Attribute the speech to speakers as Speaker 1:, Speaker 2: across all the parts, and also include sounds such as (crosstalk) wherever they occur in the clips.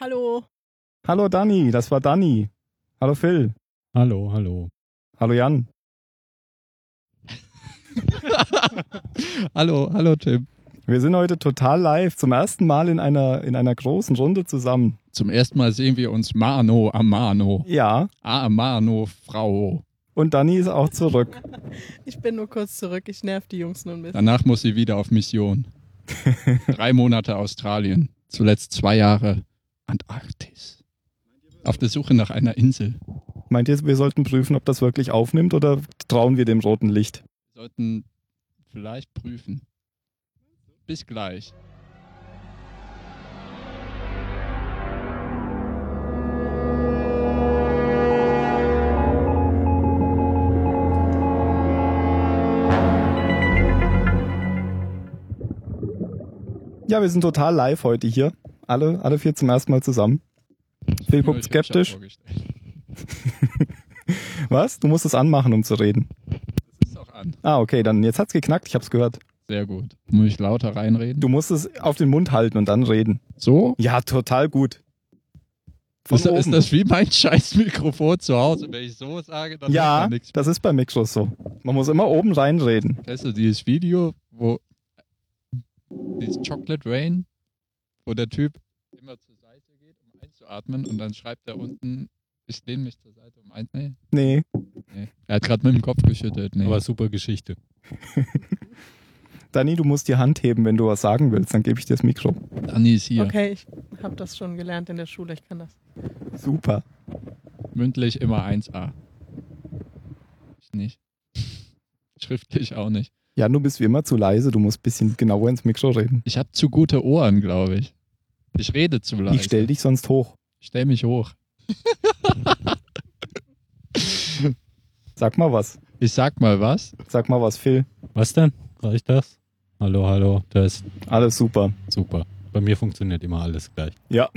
Speaker 1: Hallo.
Speaker 2: Hallo Danny, das war Danny. Hallo Phil.
Speaker 3: Hallo, hallo.
Speaker 2: Hallo Jan.
Speaker 3: (laughs) hallo, hallo Tim.
Speaker 2: Wir sind heute total live, zum ersten Mal in einer, in einer großen Runde zusammen.
Speaker 3: Zum ersten Mal sehen wir uns Mano Amano.
Speaker 2: Ja,
Speaker 3: Amano Frau.
Speaker 2: und Danny ist auch zurück.
Speaker 1: Ich bin nur kurz zurück. Ich nerv die Jungs nur ein bisschen.
Speaker 3: Danach muss sie wieder auf Mission. Drei Monate Australien. Zuletzt zwei Jahre Antarktis. Auf der Suche nach einer Insel.
Speaker 2: Meint ihr, wir sollten prüfen, ob das wirklich aufnimmt oder trauen wir dem roten Licht?
Speaker 3: Wir sollten vielleicht prüfen. Bis gleich.
Speaker 2: Ja, wir sind total live heute hier. Alle, alle vier zum ersten Mal zusammen. Phil guckt
Speaker 3: Ich hab's ja
Speaker 2: skeptisch.
Speaker 3: vorgestellt.
Speaker 2: Was? Du musst es anmachen, um zu reden.
Speaker 3: Ist auch an.
Speaker 2: Ah, okay, dann jetzt hat's geknackt, ich hab's gehört.
Speaker 3: Sehr gut. Muss ich lauter reinreden?
Speaker 2: Du musst es auf den Mund halten und dann reden.
Speaker 3: So?
Speaker 2: Ja, total gut. Von
Speaker 3: Ist,
Speaker 2: oben.
Speaker 3: ist das wie mein (laughs) scheiß Mikrofon zu Hause? Wenn ich so sage, dann
Speaker 2: ja,
Speaker 3: hört man nichts.
Speaker 2: das ist bei Mikros so. Man muss immer oben reinreden.
Speaker 3: Kennst du dieses Video, wo dieses Chocolate Rain, wo der Typ immer zur Seite geht, um einzuatmen und dann schreibt er unten, ich lehne mich zur Seite um ein. Nee,
Speaker 2: Nee,
Speaker 3: nee. Er hat gerade mit dem Kopf geschüttelt. Nee.
Speaker 4: Aber super Geschichte.
Speaker 2: Dani, du musst die Hand heben, wenn du was sagen willst, dann gebe ich dir das Mikro.
Speaker 3: Anni ist hier.
Speaker 1: Okay, ich habe das schon gelernt in der Schule. Ich kann das. (laughs)
Speaker 2: Super.
Speaker 3: Mündlich immer 1a. Ich nicht. (laughs) Schriftlich auch nicht.
Speaker 2: Jan, du bist wie immer zu leise, du musst ein bisschen genauer ins Mikro reden.
Speaker 3: Ich habe zu gute Ohren, glaube ich. Ich rede zu leise.
Speaker 2: Ich stell dich sonst hoch.
Speaker 3: Ich stell mich hoch.
Speaker 2: Sag mal was.
Speaker 3: Ich sag mal was.
Speaker 2: Sag mal was, Phil.
Speaker 4: Was denn? Reicht das? Hallo, hallo, das ist
Speaker 2: Alles super.
Speaker 4: super. Bei mir funktioniert immer alles gleich.
Speaker 2: Ja.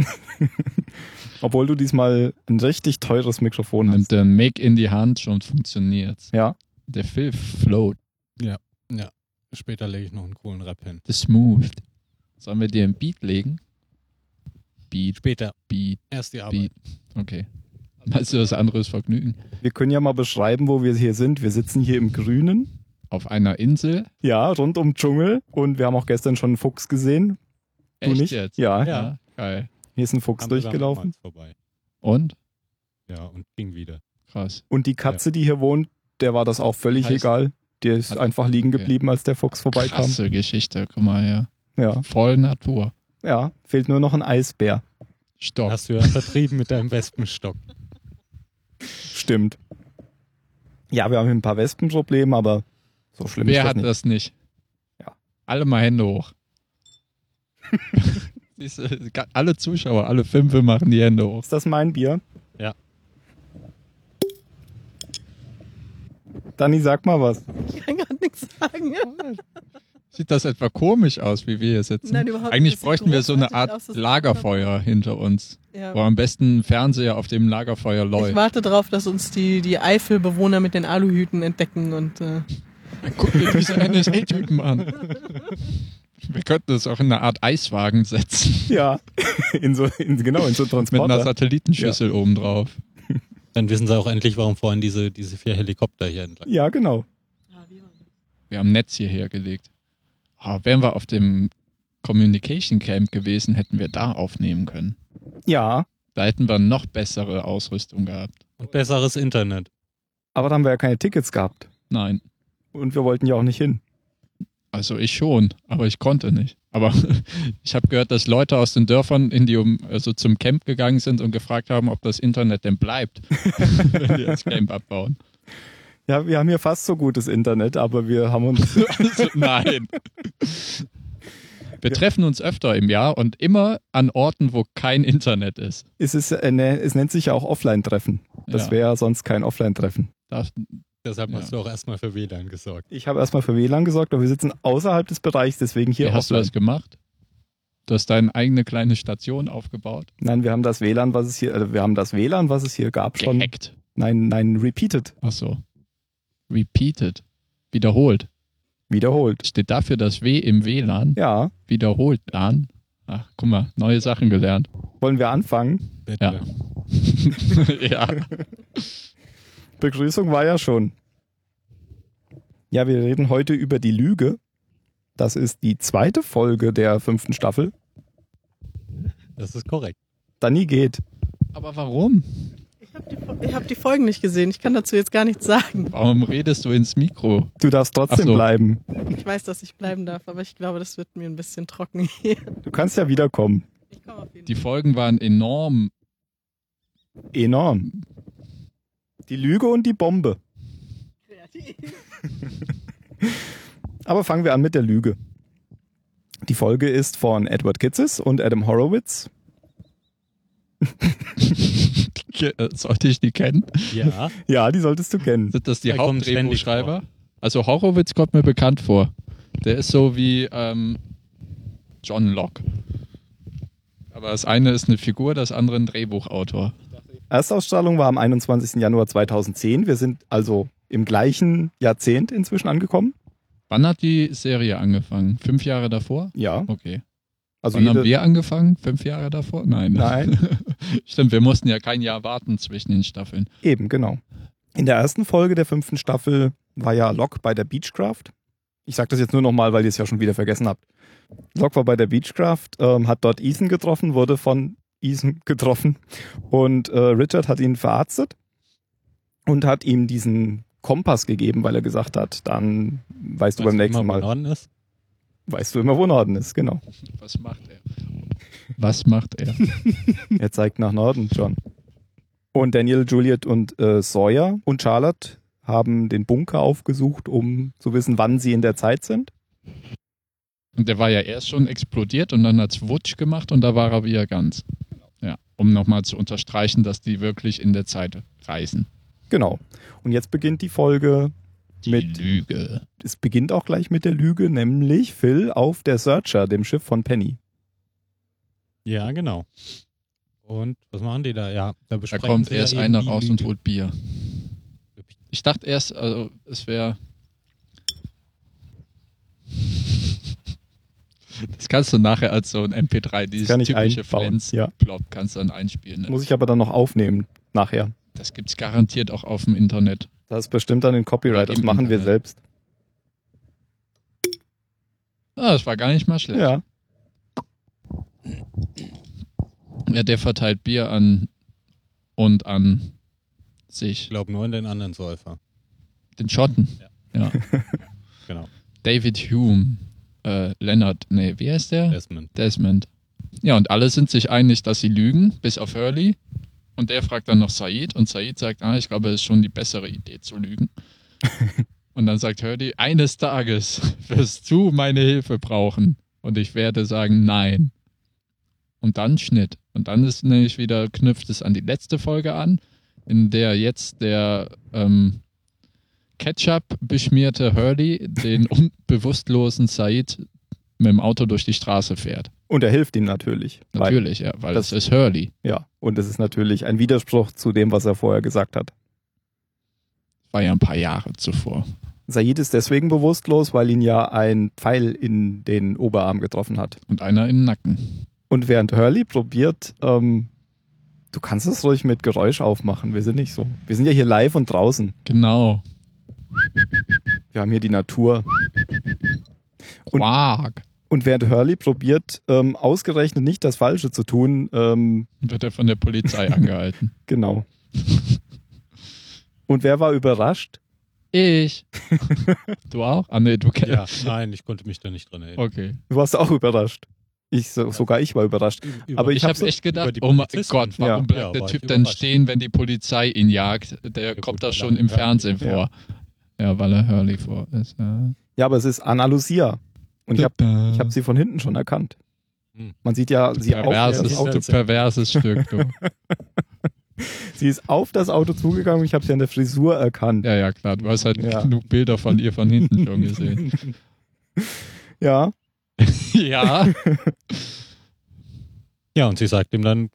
Speaker 2: Obwohl du diesmal ein richtig teures Mikrofon
Speaker 3: Nimmt
Speaker 2: hast.
Speaker 3: der Mic in die Hand, schon funktioniert's.
Speaker 2: Ja.
Speaker 3: Der Phil float.
Speaker 4: Später lege ich noch einen coolen Rap hin.
Speaker 3: The smooth. Sollen wir dir ein Beat legen? Beat,
Speaker 4: Später,
Speaker 3: Beat,
Speaker 4: erst die
Speaker 3: Beat. Okay. Hast du das anderes Vergnügen?
Speaker 2: Wir können ja mal beschreiben, wo wir hier sind. Wir sitzen hier im Grünen,
Speaker 3: Auf einer Insel?
Speaker 2: ja, rund um Dschungel. Und wir haben auch gestern schon einen Fuchs gesehen. Du
Speaker 3: Echt
Speaker 2: nicht?
Speaker 3: jetzt?
Speaker 2: Ja.
Speaker 4: Ja.
Speaker 3: Geil.
Speaker 2: Hier ist ein Fuchs
Speaker 4: Amsterdam
Speaker 2: durchgelaufen.
Speaker 4: nochmals Vorbei.
Speaker 3: Und?
Speaker 4: Ja, und ging wieder.
Speaker 3: Krass.
Speaker 2: Und die Katze, die hier wohnt, der war das auch völlig
Speaker 3: Heißt-
Speaker 2: egal. Die ist
Speaker 3: Hat-
Speaker 2: einfach liegen
Speaker 3: okay.
Speaker 2: geblieben, als der Fuchs vorbeikam.
Speaker 3: Krasse Geschichte, guck mal her.
Speaker 2: Ja.
Speaker 3: Voll Natur.
Speaker 2: Ja, fehlt nur noch ein Eisbär.
Speaker 3: Stopp.
Speaker 4: Hast du ja vertrieben mit deinem Wespenstock.
Speaker 2: Stimmt. Ja, wir haben hier ein paar Wespenprobleme, aber so schlimm ist
Speaker 3: Wer
Speaker 2: das
Speaker 3: hat
Speaker 2: nicht.
Speaker 3: das nicht?
Speaker 2: Ja.
Speaker 3: Alle mal
Speaker 2: (laughs)
Speaker 3: Hände hoch. Siehst du, ga- alle Zuschauer, alle Fünfe machen die Hände hoch.
Speaker 2: Ist das mein Bier?
Speaker 4: Ja.
Speaker 2: Dani, sag mal was.
Speaker 1: Ich kann gerade nichts sagen.
Speaker 3: Sieht das etwa komisch aus, wie wir hier sitzen?
Speaker 1: Nein, überhaupt nicht.
Speaker 3: Eigentlich
Speaker 1: Das sieht
Speaker 3: bräuchten wir so eine
Speaker 1: großartig aus,
Speaker 3: Art
Speaker 1: das-
Speaker 3: Lagerfeuer hinter uns,
Speaker 1: Ja.
Speaker 3: wo am besten ein Fernseher auf dem Lagerfeuer
Speaker 1: Ich
Speaker 3: läuft.
Speaker 1: warte drauf, dass uns die, die Eifelbewohner mit den Aluhüten entdecken und äh,
Speaker 3: Guck dir diese NSA-Typen an. Wir könnten das auch in eine Art
Speaker 2: (laughs)
Speaker 3: Eiswagen setzen.
Speaker 2: Ja, in so, in, genau, in so einen
Speaker 3: Mit einer
Speaker 2: Transporter.
Speaker 3: Satellitenschüssel obendrauf.
Speaker 4: Dann wissen sie auch endlich, warum vorhin diese, diese vier Helikopter hier entlang.
Speaker 2: Ja, genau.
Speaker 3: Wir haben Netz hierher gelegt. Ah, wären wir auf dem Communication Camp gewesen, hätten wir da aufnehmen können.
Speaker 2: Ja,
Speaker 3: Da hätten wir noch bessere Ausrüstung gehabt.
Speaker 4: Und besseres Internet.
Speaker 2: aber da haben wir ja keine Tickets gehabt.
Speaker 3: Nein.
Speaker 2: Und wir wollten ja auch nicht hin.
Speaker 3: Also ich schon, aber ich konnte nicht. Aber (laughs) ich habe gehört, dass Leute aus den Dörfern in die um, also zum Camp gegangen sind und gefragt haben, ob das Internet denn bleibt, (laughs) wenn die das Camp
Speaker 2: (laughs)
Speaker 3: abbauen.
Speaker 2: Ja, wir haben hier fast so gutes Internet, aber wir haben uns.
Speaker 3: Also, nein. Wir treffen uns öfter im Jahr und immer an Orten, wo kein Internet ist.
Speaker 2: es, ist, äh, ne, es nennt sich ja auch Offline-Treffen. Das
Speaker 3: Ja,
Speaker 2: wäre ja sonst kein Offline-Treffen.
Speaker 3: das-
Speaker 4: Deshalb
Speaker 3: Ja.
Speaker 4: hast du auch erstmal für WLAN gesorgt.
Speaker 2: Ich habe erstmal für WLAN gesorgt, aber wir sitzen außerhalb des Bereichs, deswegen hier
Speaker 3: Wie hast du
Speaker 2: offline.
Speaker 3: das gemacht? Du hast deine eigene kleine Station aufgebaut,
Speaker 2: Nein, wir haben das WLAN, was es hier, also wir haben das WLAN, was es hier gab, schon.
Speaker 3: gehackt.
Speaker 2: Nein, nein, repeated,
Speaker 3: Ach so. Repeated. Wiederholt.
Speaker 2: wiederholt.
Speaker 3: Steht dafür das W im WLAN?
Speaker 2: Ja,
Speaker 3: wiederholt lernen. Ach, guck mal, neue Sachen gelernt.
Speaker 2: Wollen wir anfangen?
Speaker 4: Bitte. (laughs)
Speaker 3: Ja. ja.
Speaker 2: Begrüßung war ja schon. Ja, wir reden heute über die Lüge. Das ist die zweite Folge der fünften Staffel.
Speaker 4: Das ist (laughs) korrekt.
Speaker 2: Dani geht.
Speaker 3: Aber warum?
Speaker 1: Ich habe die, ich hab die Folgen nicht gesehen. Ich kann dazu jetzt gar nichts sagen.
Speaker 3: Warum redest du ins Mikro?
Speaker 2: Du darfst trotzdem
Speaker 3: Ach so.
Speaker 2: bleiben.
Speaker 1: Ich weiß, dass ich bleiben darf, aber ich glaube, das wird mir ein bisschen trocken hier.
Speaker 2: Du kannst ja wiederkommen.
Speaker 1: Ich komme auf jeden
Speaker 3: Die Folgen waren enorm.
Speaker 2: Enorm. Die Lüge und die Bombe.
Speaker 1: Fall. fertig.
Speaker 2: Aber fangen wir an mit der Lüge. Die Folge ist von Edward Kitzis und Adam Horowitz.
Speaker 3: Äh, Sollte ich die kennen?
Speaker 4: Ja.
Speaker 2: Ja, die solltest du kennen.
Speaker 3: Sind das die
Speaker 4: Da kommt ständig
Speaker 3: Hauptdrehbuchschreiber? Also Horowitz kommt mir bekannt vor. Der ist so wie ähm, John Locke. Aber das eine ist eine Figur, das andere ein Drehbuchautor.
Speaker 2: Erstausstrahlung war am 21. Januar 2010. Wir sind also im gleichen Jahrzehnt inzwischen angekommen.
Speaker 3: Wann hat die Serie angefangen? Fünf Jahre davor?
Speaker 2: Ja,
Speaker 3: Okay.
Speaker 2: also
Speaker 3: Wann haben
Speaker 2: jede,
Speaker 3: wir angefangen? Fünf Jahre davor? Nein.
Speaker 2: Nein.
Speaker 3: (laughs) Stimmt, wir mussten ja kein Jahr warten zwischen den Staffeln.
Speaker 2: eben, genau. In der ersten Folge der fünften Staffel war ja Locke bei der Beechcraft. Ich sage das jetzt nur nochmal, weil ihr es ja schon wieder vergessen habt. Locke war bei der Beechcraft, ähm, hat dort Ethan getroffen, wurde von Ethan (laughs) getroffen und äh, Richard hat ihn verarztet und hat ihm diesen Kompass gegeben, weil er gesagt hat, dann weißt du
Speaker 4: Weißt
Speaker 2: beim nächsten
Speaker 4: immer, wo
Speaker 2: Mal,
Speaker 4: Norden ist?
Speaker 2: weißt du immer, wo Norden ist, genau.
Speaker 3: Was macht er? Was macht er?
Speaker 2: Er zeigt nach Norden, John. Und Daniel, Juliet und äh, Sawyer und Charlotte haben den Bunker aufgesucht, um zu wissen, wann sie in der Zeit sind.
Speaker 3: Und der war ja erst schon explodiert und dann hat es Wutsch gemacht und da war er wieder ganz. Ja, um nochmal zu unterstreichen, dass die wirklich in der Zeit reisen.
Speaker 2: Genau. Und jetzt beginnt die Folge.
Speaker 3: Die
Speaker 2: Mit-
Speaker 3: Lüge.
Speaker 2: Es beginnt auch gleich mit der Lüge, nämlich Phil auf der Searcher, dem Schiff von Penny.
Speaker 4: Ja, genau. Und was machen die da? Ja, da
Speaker 3: Da
Speaker 4: besprechen
Speaker 3: kommt
Speaker 4: sie
Speaker 3: erst
Speaker 4: ja eben
Speaker 3: einer
Speaker 4: die
Speaker 3: raus
Speaker 4: Lüge.
Speaker 3: und holt Bier. Ich dachte erst, also es wäre. (laughs) Das kannst du nachher als so ein MP3, dieses
Speaker 2: kann ich
Speaker 3: typische
Speaker 2: einbauen,
Speaker 3: Friends
Speaker 2: ja.
Speaker 3: Plop, kannst du dann einspielen. Ne?
Speaker 2: Muss ich aber dann noch aufnehmen nachher.
Speaker 3: Das gibt es garantiert auch auf dem Internet.
Speaker 2: Das ist bestimmt dann in Copyright, das
Speaker 3: Im
Speaker 2: machen wir
Speaker 3: Internet.
Speaker 2: selbst.
Speaker 3: Ah, das war gar nicht mal schlecht.
Speaker 2: Ja.
Speaker 3: Ja, der verteilt Bier an und an
Speaker 4: Ich
Speaker 3: sich.
Speaker 4: glaube nur an den anderen Säufer.
Speaker 3: Den Schotten. Ja.
Speaker 4: (laughs) Genau.
Speaker 3: David Hume. Äh, Leonard, nee, wie heißt der?
Speaker 4: Desmond.
Speaker 3: Desmond. Ja, und alle sind sich einig, dass sie lügen, bis auf Hurley. Und der fragt dann noch Said und Said sagt, ah, ich glaube, es ist schon die bessere Idee zu lügen. und dann sagt Hurley, eines Tages wirst du meine Hilfe brauchen. Und ich werde sagen, nein. Und dann Schnitt. Und dann ist nämlich wieder, knüpft es an die letzte Folge an, in der jetzt der ähm, Ketchup-beschmierte Hurley den unbewusstlosen Said mit dem Auto durch die Straße fährt.
Speaker 2: Und er hilft ihm natürlich. Weil,
Speaker 3: Natürlich, ja, weil
Speaker 2: das-
Speaker 3: das es ist Hurley.
Speaker 2: ja. Und es ist natürlich ein Widerspruch zu dem, was er vorher gesagt hat.
Speaker 3: War ja ein paar Jahre zuvor.
Speaker 2: Said ist deswegen bewusstlos, weil ihn ja ein Pfeil in den Oberarm getroffen hat.
Speaker 3: Und einer im Nacken.
Speaker 2: Und während Hurley probiert, ähm, du kannst es ruhig mit Geräusch aufmachen, wir sind nicht so. Wir sind ja hier live und draußen.
Speaker 3: Genau.
Speaker 2: Wir haben hier die Natur. Und-
Speaker 3: Quark.
Speaker 2: Und während Hurley probiert, ähm, ausgerechnet nicht das Falsche zu tun, ähm,
Speaker 3: Wird er von
Speaker 2: (laughs)
Speaker 3: der Polizei angehalten.
Speaker 2: genau. Und wer war überrascht? (laughs)
Speaker 3: Ich. Du auch? Ah, nee, du
Speaker 4: Ja,
Speaker 3: kennst.
Speaker 4: nein, ich konnte mich da nicht dran erinnern.
Speaker 3: Okay.
Speaker 2: Du warst auch überrascht. Ich, so, sogar ich war überrascht.
Speaker 4: Über-
Speaker 2: Aber
Speaker 3: Ich,
Speaker 2: Ich hab
Speaker 3: hab's
Speaker 2: so
Speaker 3: echt
Speaker 4: über
Speaker 3: gedacht,
Speaker 4: die
Speaker 3: oh mein
Speaker 4: Polizisten.
Speaker 3: Gott, warum
Speaker 2: Ja.
Speaker 3: bleibt
Speaker 4: Ja,
Speaker 3: der
Speaker 4: war
Speaker 3: Typ
Speaker 4: ich
Speaker 3: dann
Speaker 4: überrascht.
Speaker 3: stehen, wenn die Polizei ihn jagt? Der
Speaker 4: gut,
Speaker 3: kommt doch
Speaker 4: dann-
Speaker 3: schon im
Speaker 4: ja.
Speaker 3: Fernsehen
Speaker 2: Ja.
Speaker 3: vor. Ja, weil er Hurley vor ist. Ja.
Speaker 2: Ja, aber es ist Anna Lucia. Und ich habe ich hab sie von hinten schon erkannt.
Speaker 4: Hm.
Speaker 2: Man sieht ja, sie auf,
Speaker 3: perverses,
Speaker 2: das Auto,
Speaker 3: du perverses Stück, du.
Speaker 2: sie ist auf das Auto zugegangen und ich habe sie an der Frisur erkannt.
Speaker 3: Ja, ja, klar. Du hast halt
Speaker 2: Ja.
Speaker 3: genug Bilder von ihr von hinten
Speaker 2: (laughs)
Speaker 3: schon gesehen.
Speaker 2: Ja,
Speaker 3: ja.
Speaker 4: Ja, und sie sagt ihm dann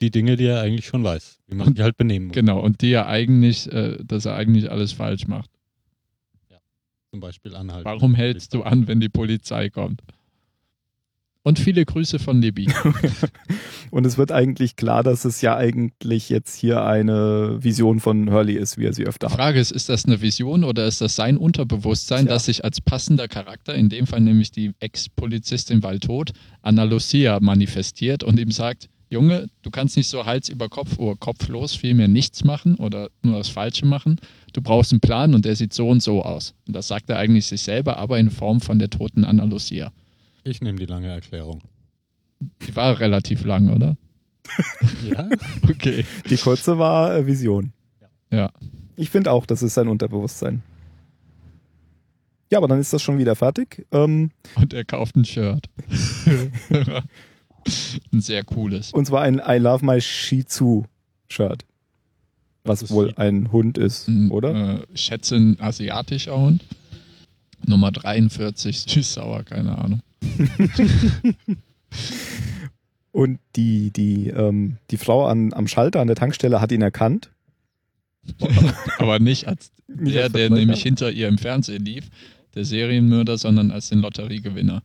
Speaker 4: die Dinge, die er eigentlich schon weiß, wie man die halt benehmen muss.
Speaker 3: Genau, und die ja eigentlich, äh, dass er eigentlich alles falsch macht.
Speaker 4: Zum Beispiel anhalten.
Speaker 3: Warum hältst du an, wenn die Polizei kommt? Und viele Grüße von Libby.
Speaker 2: Und es wird eigentlich klar, dass es ja eigentlich jetzt hier eine Vision von Hurley ist, wie er sie öfter
Speaker 3: Die
Speaker 2: hat.
Speaker 3: Frage ist, ist das eine Vision oder ist das sein Unterbewusstsein,
Speaker 2: Tja.
Speaker 3: das sich als passender Charakter, in dem Fall nämlich die Ex-Polizistin Waltod, Anna Lucia manifestiert und ihm sagt, Junge, du kannst nicht so Hals über Kopf oder kopflos vielmehr nichts machen oder nur das Falsche machen. Du brauchst einen Plan und der sieht so und so aus. Und das sagt er eigentlich sich selber, aber in Form von der toten Anna Lucia.
Speaker 4: Ich nehme die
Speaker 3: (laughs)
Speaker 4: lange Erklärung.
Speaker 3: Die war relativ lang, oder?
Speaker 4: Ja?
Speaker 3: (laughs) Okay.
Speaker 2: Die kurze war äh, Vision.
Speaker 3: Ja.
Speaker 2: Ich finde auch, das ist sein Unterbewusstsein. Ja, aber dann ist das schon wieder fertig. Ähm,
Speaker 3: Und er kauft ein (laughs) Shirt. ein sehr cooles.
Speaker 2: und zwar ein I Love My Shih Tzu Shirt. Was
Speaker 4: ist
Speaker 2: wohl
Speaker 4: Shih-
Speaker 2: ein Hund ist,
Speaker 3: Ein,
Speaker 2: oder?
Speaker 3: Äh, ich schätze ein asiatischer Hund. Nummer 43, süß-sauer, keine Ahnung.
Speaker 2: Und die, die, ähm, die Frau an, am Schalter an der Tankstelle hat ihn erkannt.
Speaker 3: Aber nicht als
Speaker 2: Mich
Speaker 3: der,
Speaker 2: hat's
Speaker 3: der
Speaker 2: verfolgt.
Speaker 3: nämlich hinter ihr im Fernsehen lief, der Serienmörder, sondern als den Lotteriegewinner.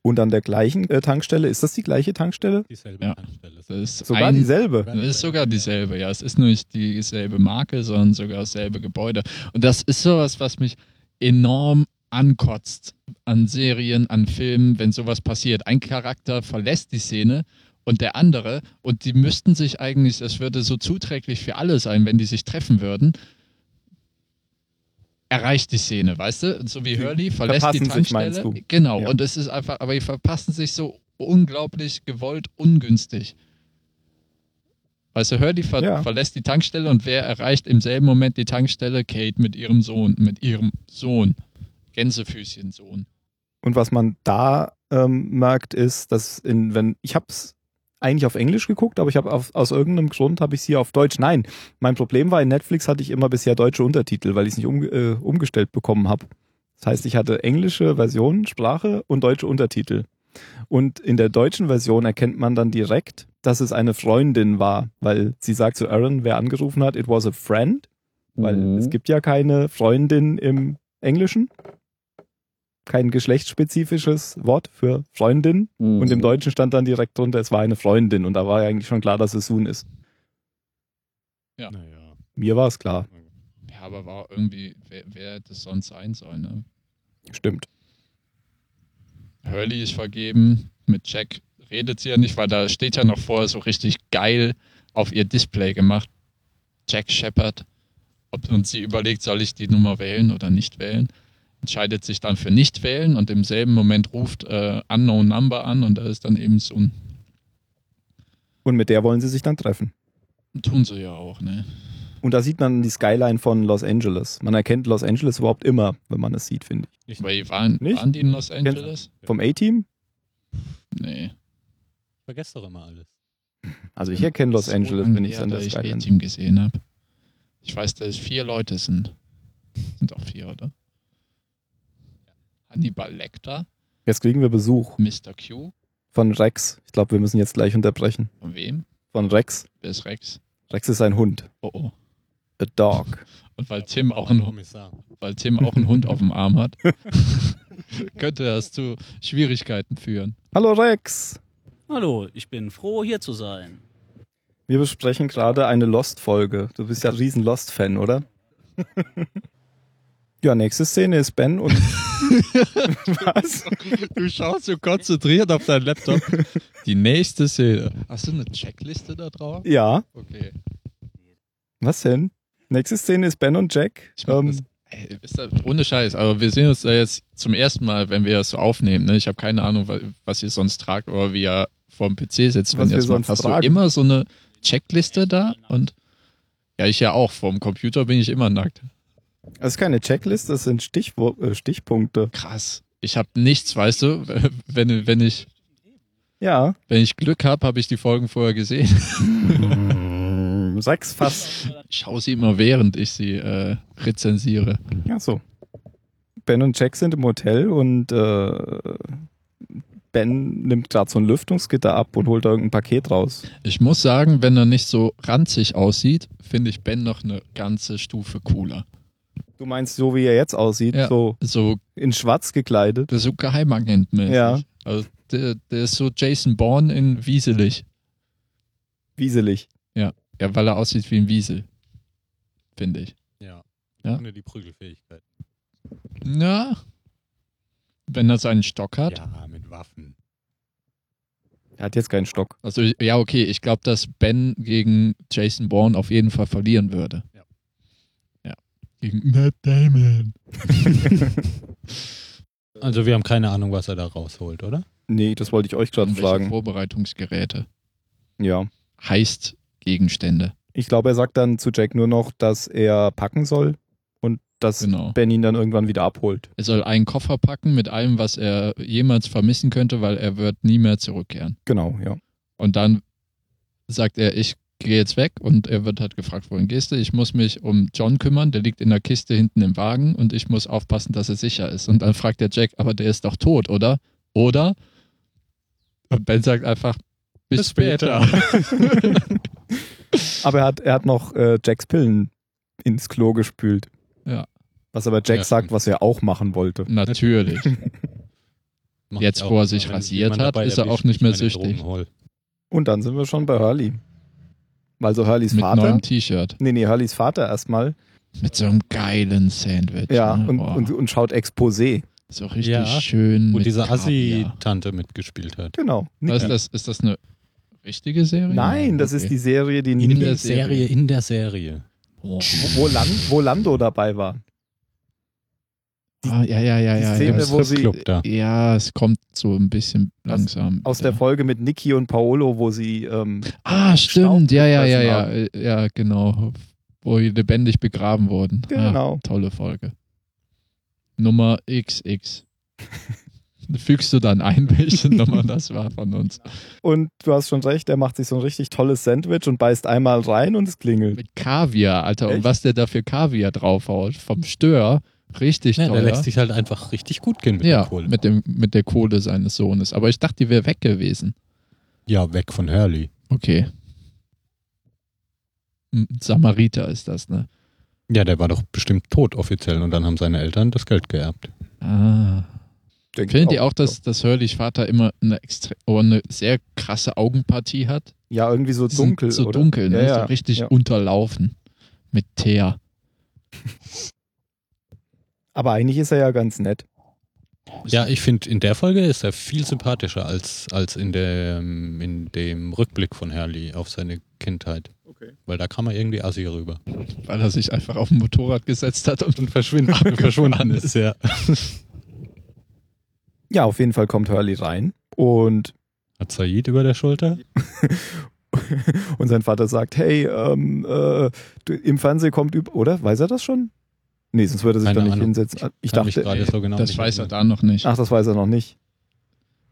Speaker 2: Und an der gleichen äh, Tankstelle, ist das die gleiche Tankstelle?
Speaker 4: Dieselbe
Speaker 3: Ja.
Speaker 4: Tankstelle.
Speaker 3: Das ist,
Speaker 2: Sogar
Speaker 3: ein,
Speaker 2: dieselbe.
Speaker 3: das ist sogar dieselbe, ja. Es ist nur nicht dieselbe Marke, sondern sogar dasselbe Gebäude. Und das ist sowas, was mich enorm ankotzt an Serien, an Filmen, wenn sowas passiert. Ein Charakter verlässt die Szene und der andere und die müssten sich eigentlich, das würde so zuträglich für alle sein, wenn die sich treffen würden. Erreicht die Szene, weißt du? So wie Hurley verlässt die
Speaker 2: verpassen sich, meinst
Speaker 3: Tankstelle.
Speaker 2: du?
Speaker 3: Genau,
Speaker 2: Ja.
Speaker 3: und es ist einfach, aber die verpassen sich so unglaublich gewollt ungünstig. Weißt du, Hurley ver
Speaker 2: Ja.
Speaker 3: verlässt Also die Tankstelle und wer erreicht im selben Moment die Tankstelle? Kate mit ihrem Sohn, mit ihrem Sohn. Gänsefüßchen Sohn.
Speaker 2: Und was man da ähm, merkt, ist, dass in, wenn ich habe es eigentlich auf Englisch geguckt, aber ich habe aus irgendeinem Grund habe ich hier auf Deutsch. Nein, mein Problem war in Netflix hatte ich immer bisher deutsche Untertitel, weil ich es nicht umge äh, umgestellt bekommen habe. Das heißt, ich hatte englische Version, Sprache und deutsche Untertitel. Und in der deutschen Version erkennt man dann direkt, dass es eine Freundin war, weil sie sagt zu Aaron, wer angerufen hat, it was a friend, weil
Speaker 3: Mhm.
Speaker 2: es gibt ja keine Freundin im Englischen. Kein geschlechtsspezifisches Wort für Freundin. Und
Speaker 3: Mhm.
Speaker 2: im Deutschen stand dann direkt drunter, es war eine Freundin. Und da war ja eigentlich schon klar, dass es Soon ist.
Speaker 3: Ja.
Speaker 4: Naja.
Speaker 2: Mir war es klar.
Speaker 3: Ja, aber war irgendwie, wer, wer hätte es sonst sein sollen, ne?
Speaker 2: Stimmt.
Speaker 3: Hurley ist vergeben, mit Jack redet sie ja nicht, weil da steht ja noch vorher so richtig geil auf ihr Display gemacht. Jack Shepard. Ob, und sie überlegt, soll ich die Nummer wählen oder nicht wählen. Entscheidet sich dann für nicht wählen und im selben Moment ruft äh, Unknown Number an und da ist dann eben so ein.
Speaker 2: Und mit der wollen sie sich dann treffen.
Speaker 3: Tun sie ja auch, ne?
Speaker 2: Und da sieht man die Skyline von Los Angeles. Man erkennt Los Angeles überhaupt immer, wenn man es sieht, finde ich.
Speaker 4: Ich
Speaker 3: Aber die waren,
Speaker 2: Nicht?
Speaker 3: waren die in Los Angeles?
Speaker 2: Vom A-Team?
Speaker 3: Nee.
Speaker 4: vergesse doch immer alles.
Speaker 2: Also ich erkenne Los
Speaker 3: Das ist
Speaker 2: Angeles,
Speaker 3: so
Speaker 2: wenn ich es
Speaker 3: lange
Speaker 2: an der
Speaker 3: her, Hm. da ich
Speaker 2: Skyline
Speaker 3: A-Team gesehen habe. Ich weiß, dass es vier Leute sind. (laughs) Sind auch vier, oder? Hannibal Lecter,
Speaker 2: Jetzt kriegen wir Besuch
Speaker 3: Mr. Q,
Speaker 2: von Rex. Ich glaube, wir müssen jetzt gleich unterbrechen.
Speaker 3: von wem?
Speaker 2: Von Rex.
Speaker 3: Wer ist Rex?
Speaker 2: Rex ist ein Hund.
Speaker 3: Oh oh.
Speaker 2: A dog.
Speaker 3: Und weil Tim auch einen,
Speaker 4: Kommissar.
Speaker 3: weil Tim auch einen Hund auf dem Arm hat, (laughs) könnte das zu Schwierigkeiten führen.
Speaker 2: Hallo Rex!
Speaker 5: Hallo, ich bin froh, hier zu sein.
Speaker 2: Wir besprechen gerade eine Lost-Folge. Du bist ja ein riesen Lost-Fan, oder? ja, nächste Szene ist Ben
Speaker 3: (laughs)
Speaker 2: und... Was?
Speaker 3: Du schaust so konzentriert auf deinen Laptop. Die nächste Szene. Hast du eine Checkliste da drauf?
Speaker 2: Ja,
Speaker 3: Okay.
Speaker 2: was denn? Nächste Szene ist Ben und Jack.
Speaker 3: Ich mach das.
Speaker 2: Ähm,
Speaker 3: Ey, ist das, ohne Scheiß, aber wir sehen uns da jetzt zum ersten Mal, wenn wir das so aufnehmen. Ne? Ich habe keine Ahnung, wa- was ihr sonst tragt oder wie ihr vorm PC sitzt.
Speaker 2: Was
Speaker 3: wenn ihr das
Speaker 2: wir
Speaker 3: macht.
Speaker 2: sonst
Speaker 3: Hast
Speaker 2: tragen.
Speaker 3: du immer so eine Checkliste da? Und ja, ich ja auch. Vorm Computer bin ich immer nackt.
Speaker 2: das ist keine Checklist, das sind Stichwo äh, Stichpunkte.
Speaker 3: Krass. Ich habe nichts, weißt du? (laughs) Wenn, wenn, ich,
Speaker 2: Ja,
Speaker 3: wenn ich Glück habe, habe ich die Folgen vorher gesehen. Mm,
Speaker 2: Rex fast.
Speaker 3: Ich schaue sie immer, während ich sie äh, rezensiere.
Speaker 2: Ja, so. Ben und Jack sind im Hotel und äh, Ben nimmt gerade so ein Lüftungsgitter ab und holt da irgendein Paket raus.
Speaker 3: Ich muss sagen, wenn er nicht so ranzig aussieht, finde ich Ben noch eine ganze Stufe cooler.
Speaker 2: Du meinst, so wie er jetzt aussieht,
Speaker 3: Ja.
Speaker 2: so
Speaker 3: So,
Speaker 2: in schwarz gekleidet.
Speaker 3: das ist so Geheimagent mäßig.
Speaker 2: Ja.
Speaker 3: Also, der, der ist so Jason Bourne in Wieselig.
Speaker 2: Wieselig.
Speaker 3: Ja, weil er aussieht wie ein Wiesel. Finde ich.
Speaker 4: Ja.
Speaker 3: Ja.
Speaker 4: Ohne die Prügelfähigkeit.
Speaker 3: Na? Wenn er seinen Stock hat.
Speaker 4: Ja, mit Waffen.
Speaker 2: Er hat jetzt keinen Stock.
Speaker 3: Also, ich- ja, okay, ich glaube, dass Ben gegen Jason Bourne auf jeden Fall verlieren würde.
Speaker 4: Ja.
Speaker 3: Ja. Gegen Matt Damon.
Speaker 4: Also wir haben keine Ahnung, was er da rausholt, oder?
Speaker 2: Nee, das wollte ich euch gerade
Speaker 3: Irgendwelche
Speaker 2: fragen.
Speaker 3: Vorbereitungsgeräte.
Speaker 2: Ja.
Speaker 3: Heißt Gegenstände.
Speaker 2: Ich glaube, er sagt dann zu Jack nur noch, dass er packen soll und dass
Speaker 3: Genau.
Speaker 2: Ben ihn dann irgendwann wieder abholt.
Speaker 3: Er soll einen Koffer packen mit allem, was er jemals vermissen könnte, weil er wird nie mehr zurückkehren.
Speaker 2: Genau, ja.
Speaker 3: Und dann sagt er, ich gehe jetzt weg und er wird halt gefragt, wohin gehst du? Ich muss mich um John kümmern, der liegt in der Kiste hinten im Wagen und ich muss aufpassen, dass er sicher ist. Und dann fragt der Jack, aber der ist doch tot, oder? Oder? Und Ben sagt einfach, bis,
Speaker 4: Bis später."
Speaker 3: später. (laughs)
Speaker 2: Aber er hat, er hat noch äh, Jacks Pillen ins Klo gespült.
Speaker 3: Ja.
Speaker 2: Was aber Jack
Speaker 4: Ja,
Speaker 2: sagt,
Speaker 4: stimmt.
Speaker 2: was er auch machen wollte.
Speaker 3: Natürlich.
Speaker 4: Macht
Speaker 3: Jetzt,
Speaker 4: auch
Speaker 3: wo er
Speaker 4: immer,
Speaker 3: sich
Speaker 4: wenn
Speaker 3: rasiert
Speaker 4: jemand
Speaker 3: hat,
Speaker 4: dabei
Speaker 3: ist er
Speaker 4: erwischt,
Speaker 3: auch nicht mehr
Speaker 4: ich meine
Speaker 3: süchtig.
Speaker 4: Drogen hol.
Speaker 2: Und dann sind wir schon bei Hurley. Weil so Hurleys
Speaker 3: Mit
Speaker 2: Vater.
Speaker 3: neuem T-Shirt.
Speaker 2: Nee, nee, Hurleys Vater erstmal.
Speaker 3: Mit so einem geilen Sandwich.
Speaker 2: Ja,
Speaker 3: ne?
Speaker 2: und,
Speaker 3: Boah,
Speaker 2: und, und schaut Exposé.
Speaker 3: so richtig
Speaker 4: Ja,
Speaker 3: schön.
Speaker 4: Wo
Speaker 3: mit
Speaker 4: diese
Speaker 3: Kaviar.
Speaker 4: Assi-Tante mitgespielt hat.
Speaker 2: Genau.
Speaker 3: Was
Speaker 2: Nikki.
Speaker 3: Ist das, ist das eine richtige Serie?
Speaker 2: Nein, das ist die Serie, die
Speaker 3: In
Speaker 2: Nikki,
Speaker 3: der Serie.
Speaker 4: in der Serie.
Speaker 3: Oh.
Speaker 2: wo, Lan, wo Lando dabei war.
Speaker 3: Ah, ja, ja, ja,
Speaker 2: die
Speaker 3: ja.
Speaker 2: Szene,
Speaker 3: ja.
Speaker 2: wo sie
Speaker 4: Club da.
Speaker 3: ja, es kommt so ein bisschen langsam.
Speaker 2: aus
Speaker 3: wieder.
Speaker 2: der Folge mit Nikki und Paolo, wo sie ähm,
Speaker 3: Ah,
Speaker 2: Staub
Speaker 3: stimmt. Ja, ja, ja, ja.
Speaker 2: gefressen
Speaker 3: äh, Ja, genau. Wo die lebendig begraben wurden.
Speaker 2: Genau.
Speaker 3: Ah, tolle Folge. Nummer XX. (laughs) Fügst du dann ein, (laughs) welche Nummer das war von uns?
Speaker 2: und du hast schon recht, er macht sich so ein richtig tolles Sandwich und beißt einmal rein und es klingelt.
Speaker 3: Mit Kaviar, Alter.
Speaker 2: Echt?
Speaker 3: Und was der da für Kaviar draufhaut. Vom Stör. Richtig
Speaker 4: Ja,
Speaker 3: teuer.
Speaker 4: der lässt sich halt einfach richtig gut gehen mit
Speaker 3: ja,
Speaker 4: der Kohle.
Speaker 3: mit, dem, mit der Kohle seines Sohnes. Aber ich dachte, die wäre weg gewesen.
Speaker 4: ja, weg von Hurley.
Speaker 3: Okay. Ein Samariter ist das, ne?
Speaker 4: Ja, der war doch bestimmt tot offiziell und dann haben seine Eltern das Geld geerbt.
Speaker 3: Ah.
Speaker 2: Denk
Speaker 3: Findet
Speaker 2: ich
Speaker 3: ihr auch, dass, dass Hurleys Vater immer eine, extre oh, eine sehr krasse Augenpartie hat?
Speaker 2: Ja, irgendwie so
Speaker 3: Die
Speaker 2: dunkel.
Speaker 3: Sind so
Speaker 2: oder?
Speaker 3: dunkel, ne?
Speaker 2: Ja, ja.
Speaker 3: So richtig
Speaker 2: Ja.
Speaker 3: unterlaufen. Mit Teer.
Speaker 2: Aber eigentlich ist er ja ganz nett.
Speaker 4: Ja, ich finde, in der Folge ist er viel sympathischer als, als in, dem, in dem Rückblick von Hurley auf seine Kindheit.
Speaker 2: Okay.
Speaker 4: Weil da kam er irgendwie assi (laughs) rüber.
Speaker 3: Weil er sich einfach auf ein Motorrad gesetzt hat und,
Speaker 4: Verschwinden, (laughs) verschwunden ist, ja.
Speaker 2: Ja, auf jeden Fall kommt Hurley rein und,
Speaker 4: Hat Said über der Schulter?
Speaker 2: und sein Vater sagt, hey, ähm, äh, du, im Fernsehen kommt üb, oder? Weiß er das schon? Nee, sonst würde er sich
Speaker 4: Keine
Speaker 2: da nicht
Speaker 4: Ahnung.
Speaker 2: hinsetzen. Ah, Ich
Speaker 4: Kann mich
Speaker 2: dachte,
Speaker 4: gerade so genau
Speaker 3: das
Speaker 4: nicht
Speaker 3: weiß er
Speaker 4: erinnern.
Speaker 3: da noch nicht.
Speaker 2: ach, das weiß er noch nicht.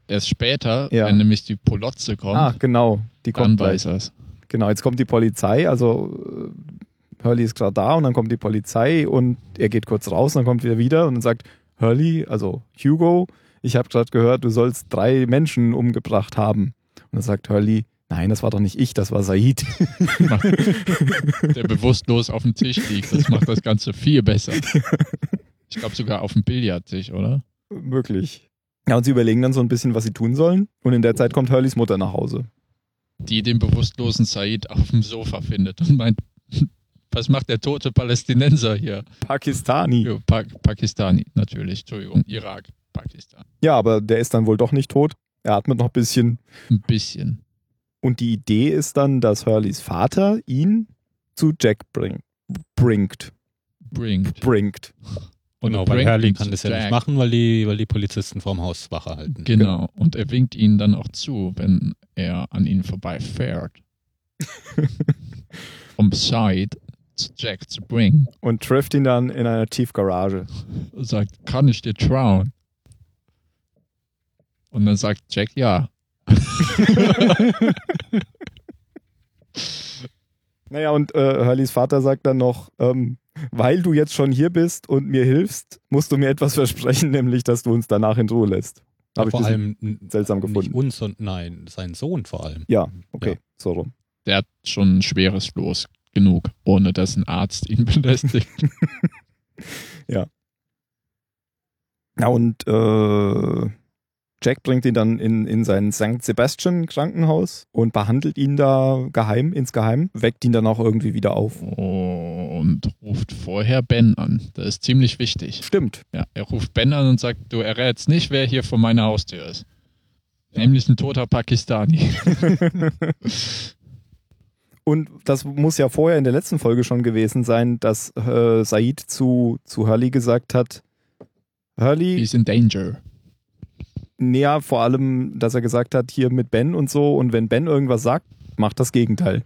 Speaker 3: Erst später,
Speaker 2: Ja.
Speaker 3: wenn nämlich die Polotze kommt,
Speaker 2: Ah, genau, die
Speaker 3: dann
Speaker 2: kommt gleich.
Speaker 3: weiß er es.
Speaker 2: Genau, jetzt kommt die Polizei, also äh, Hurley ist gerade da und dann kommt die Polizei und er geht kurz raus und dann kommt er wieder und dann sagt Hurley, also Hugo, ich habe gerade gehört, du sollst drei Menschen umgebracht haben. Und dann sagt Hurley, nein, das war doch nicht ich, das war Said. (laughs)
Speaker 3: Der bewusstlos auf dem Tisch liegt. Das macht das Ganze viel
Speaker 2: (laughs)
Speaker 3: besser. Ich glaube sogar auf dem Billardtisch, oder?
Speaker 2: Möglich. Ja, und sie überlegen dann so ein bisschen, was sie tun sollen und in der Zeit kommt Hurleys Mutter nach Hause.
Speaker 3: die den bewusstlosen Said auf dem Sofa findet und meint, (laughs) was macht der tote Palästinenser hier?
Speaker 2: Pakistani. Ja,
Speaker 3: Jo, pa Pakistani, natürlich, Entschuldigung, Irak, Pakistan.
Speaker 2: aber der ist dann wohl doch nicht tot. Er atmet noch ein bisschen.
Speaker 3: Ein bisschen.
Speaker 2: Und die Idee ist dann, dass Hurleys Vater ihn zu Jack bring bringt.
Speaker 3: Bringt.
Speaker 2: bringt.
Speaker 3: Und
Speaker 4: Genau,
Speaker 3: er
Speaker 4: weil
Speaker 3: bringt
Speaker 4: Hurley
Speaker 3: ihn
Speaker 4: kann
Speaker 3: zu
Speaker 4: das ja
Speaker 3: Jack.
Speaker 4: nicht machen, weil die, weil die Polizisten vorm Haus Wache halten.
Speaker 3: Genau, und er winkt ihnen dann auch zu, wenn er an ihnen
Speaker 4: (laughs)
Speaker 3: vorbeifährt. um Said zu Jack zu bringen.
Speaker 2: und trifft ihn dann in einer Tiefgarage.
Speaker 3: Und sagt, kann ich dir trauen? Und dann sagt Jack ja.
Speaker 2: Naja, und äh, Hurleys Vater sagt dann noch, ähm, weil du jetzt schon hier bist und mir hilfst, musst du mir etwas (laughs) versprechen, nämlich, dass du uns danach in Ruhe lässt. Habe ich ein
Speaker 4: vor
Speaker 2: bisschen
Speaker 4: allem n-
Speaker 2: seltsam
Speaker 4: nicht
Speaker 2: gefunden.
Speaker 4: uns, sondern nein, sein Sohn vor allem.
Speaker 2: Ja, okay,
Speaker 4: Ja.
Speaker 2: so rum.
Speaker 3: der (laughs) hat schon ein schweres Los genug, ohne dass ein Arzt ihn belästigt.
Speaker 2: Na und äh, Jack bringt ihn dann in, in sein St. Sebastian Krankenhaus und behandelt ihn da geheim, insgeheim, weckt ihn dann auch irgendwie wieder auf.
Speaker 3: Und ruft vorher Ben an. Das ist ziemlich wichtig.
Speaker 2: Stimmt.
Speaker 3: Ja, er ruft Ben an und sagt, du errätst nicht, wer hier vor meiner Haustür ist. Nämlich ein toter
Speaker 4: (laughs)
Speaker 3: Pakistani.
Speaker 2: Und das muss ja vorher in der letzten Folge schon gewesen sein, dass äh, Said zu, zu Hurley gesagt hat, Hurley,
Speaker 3: He's in danger.
Speaker 2: näher vor allem, dass er gesagt hat, hier mit Ben und so, und wenn Ben irgendwas sagt, macht das Gegenteil.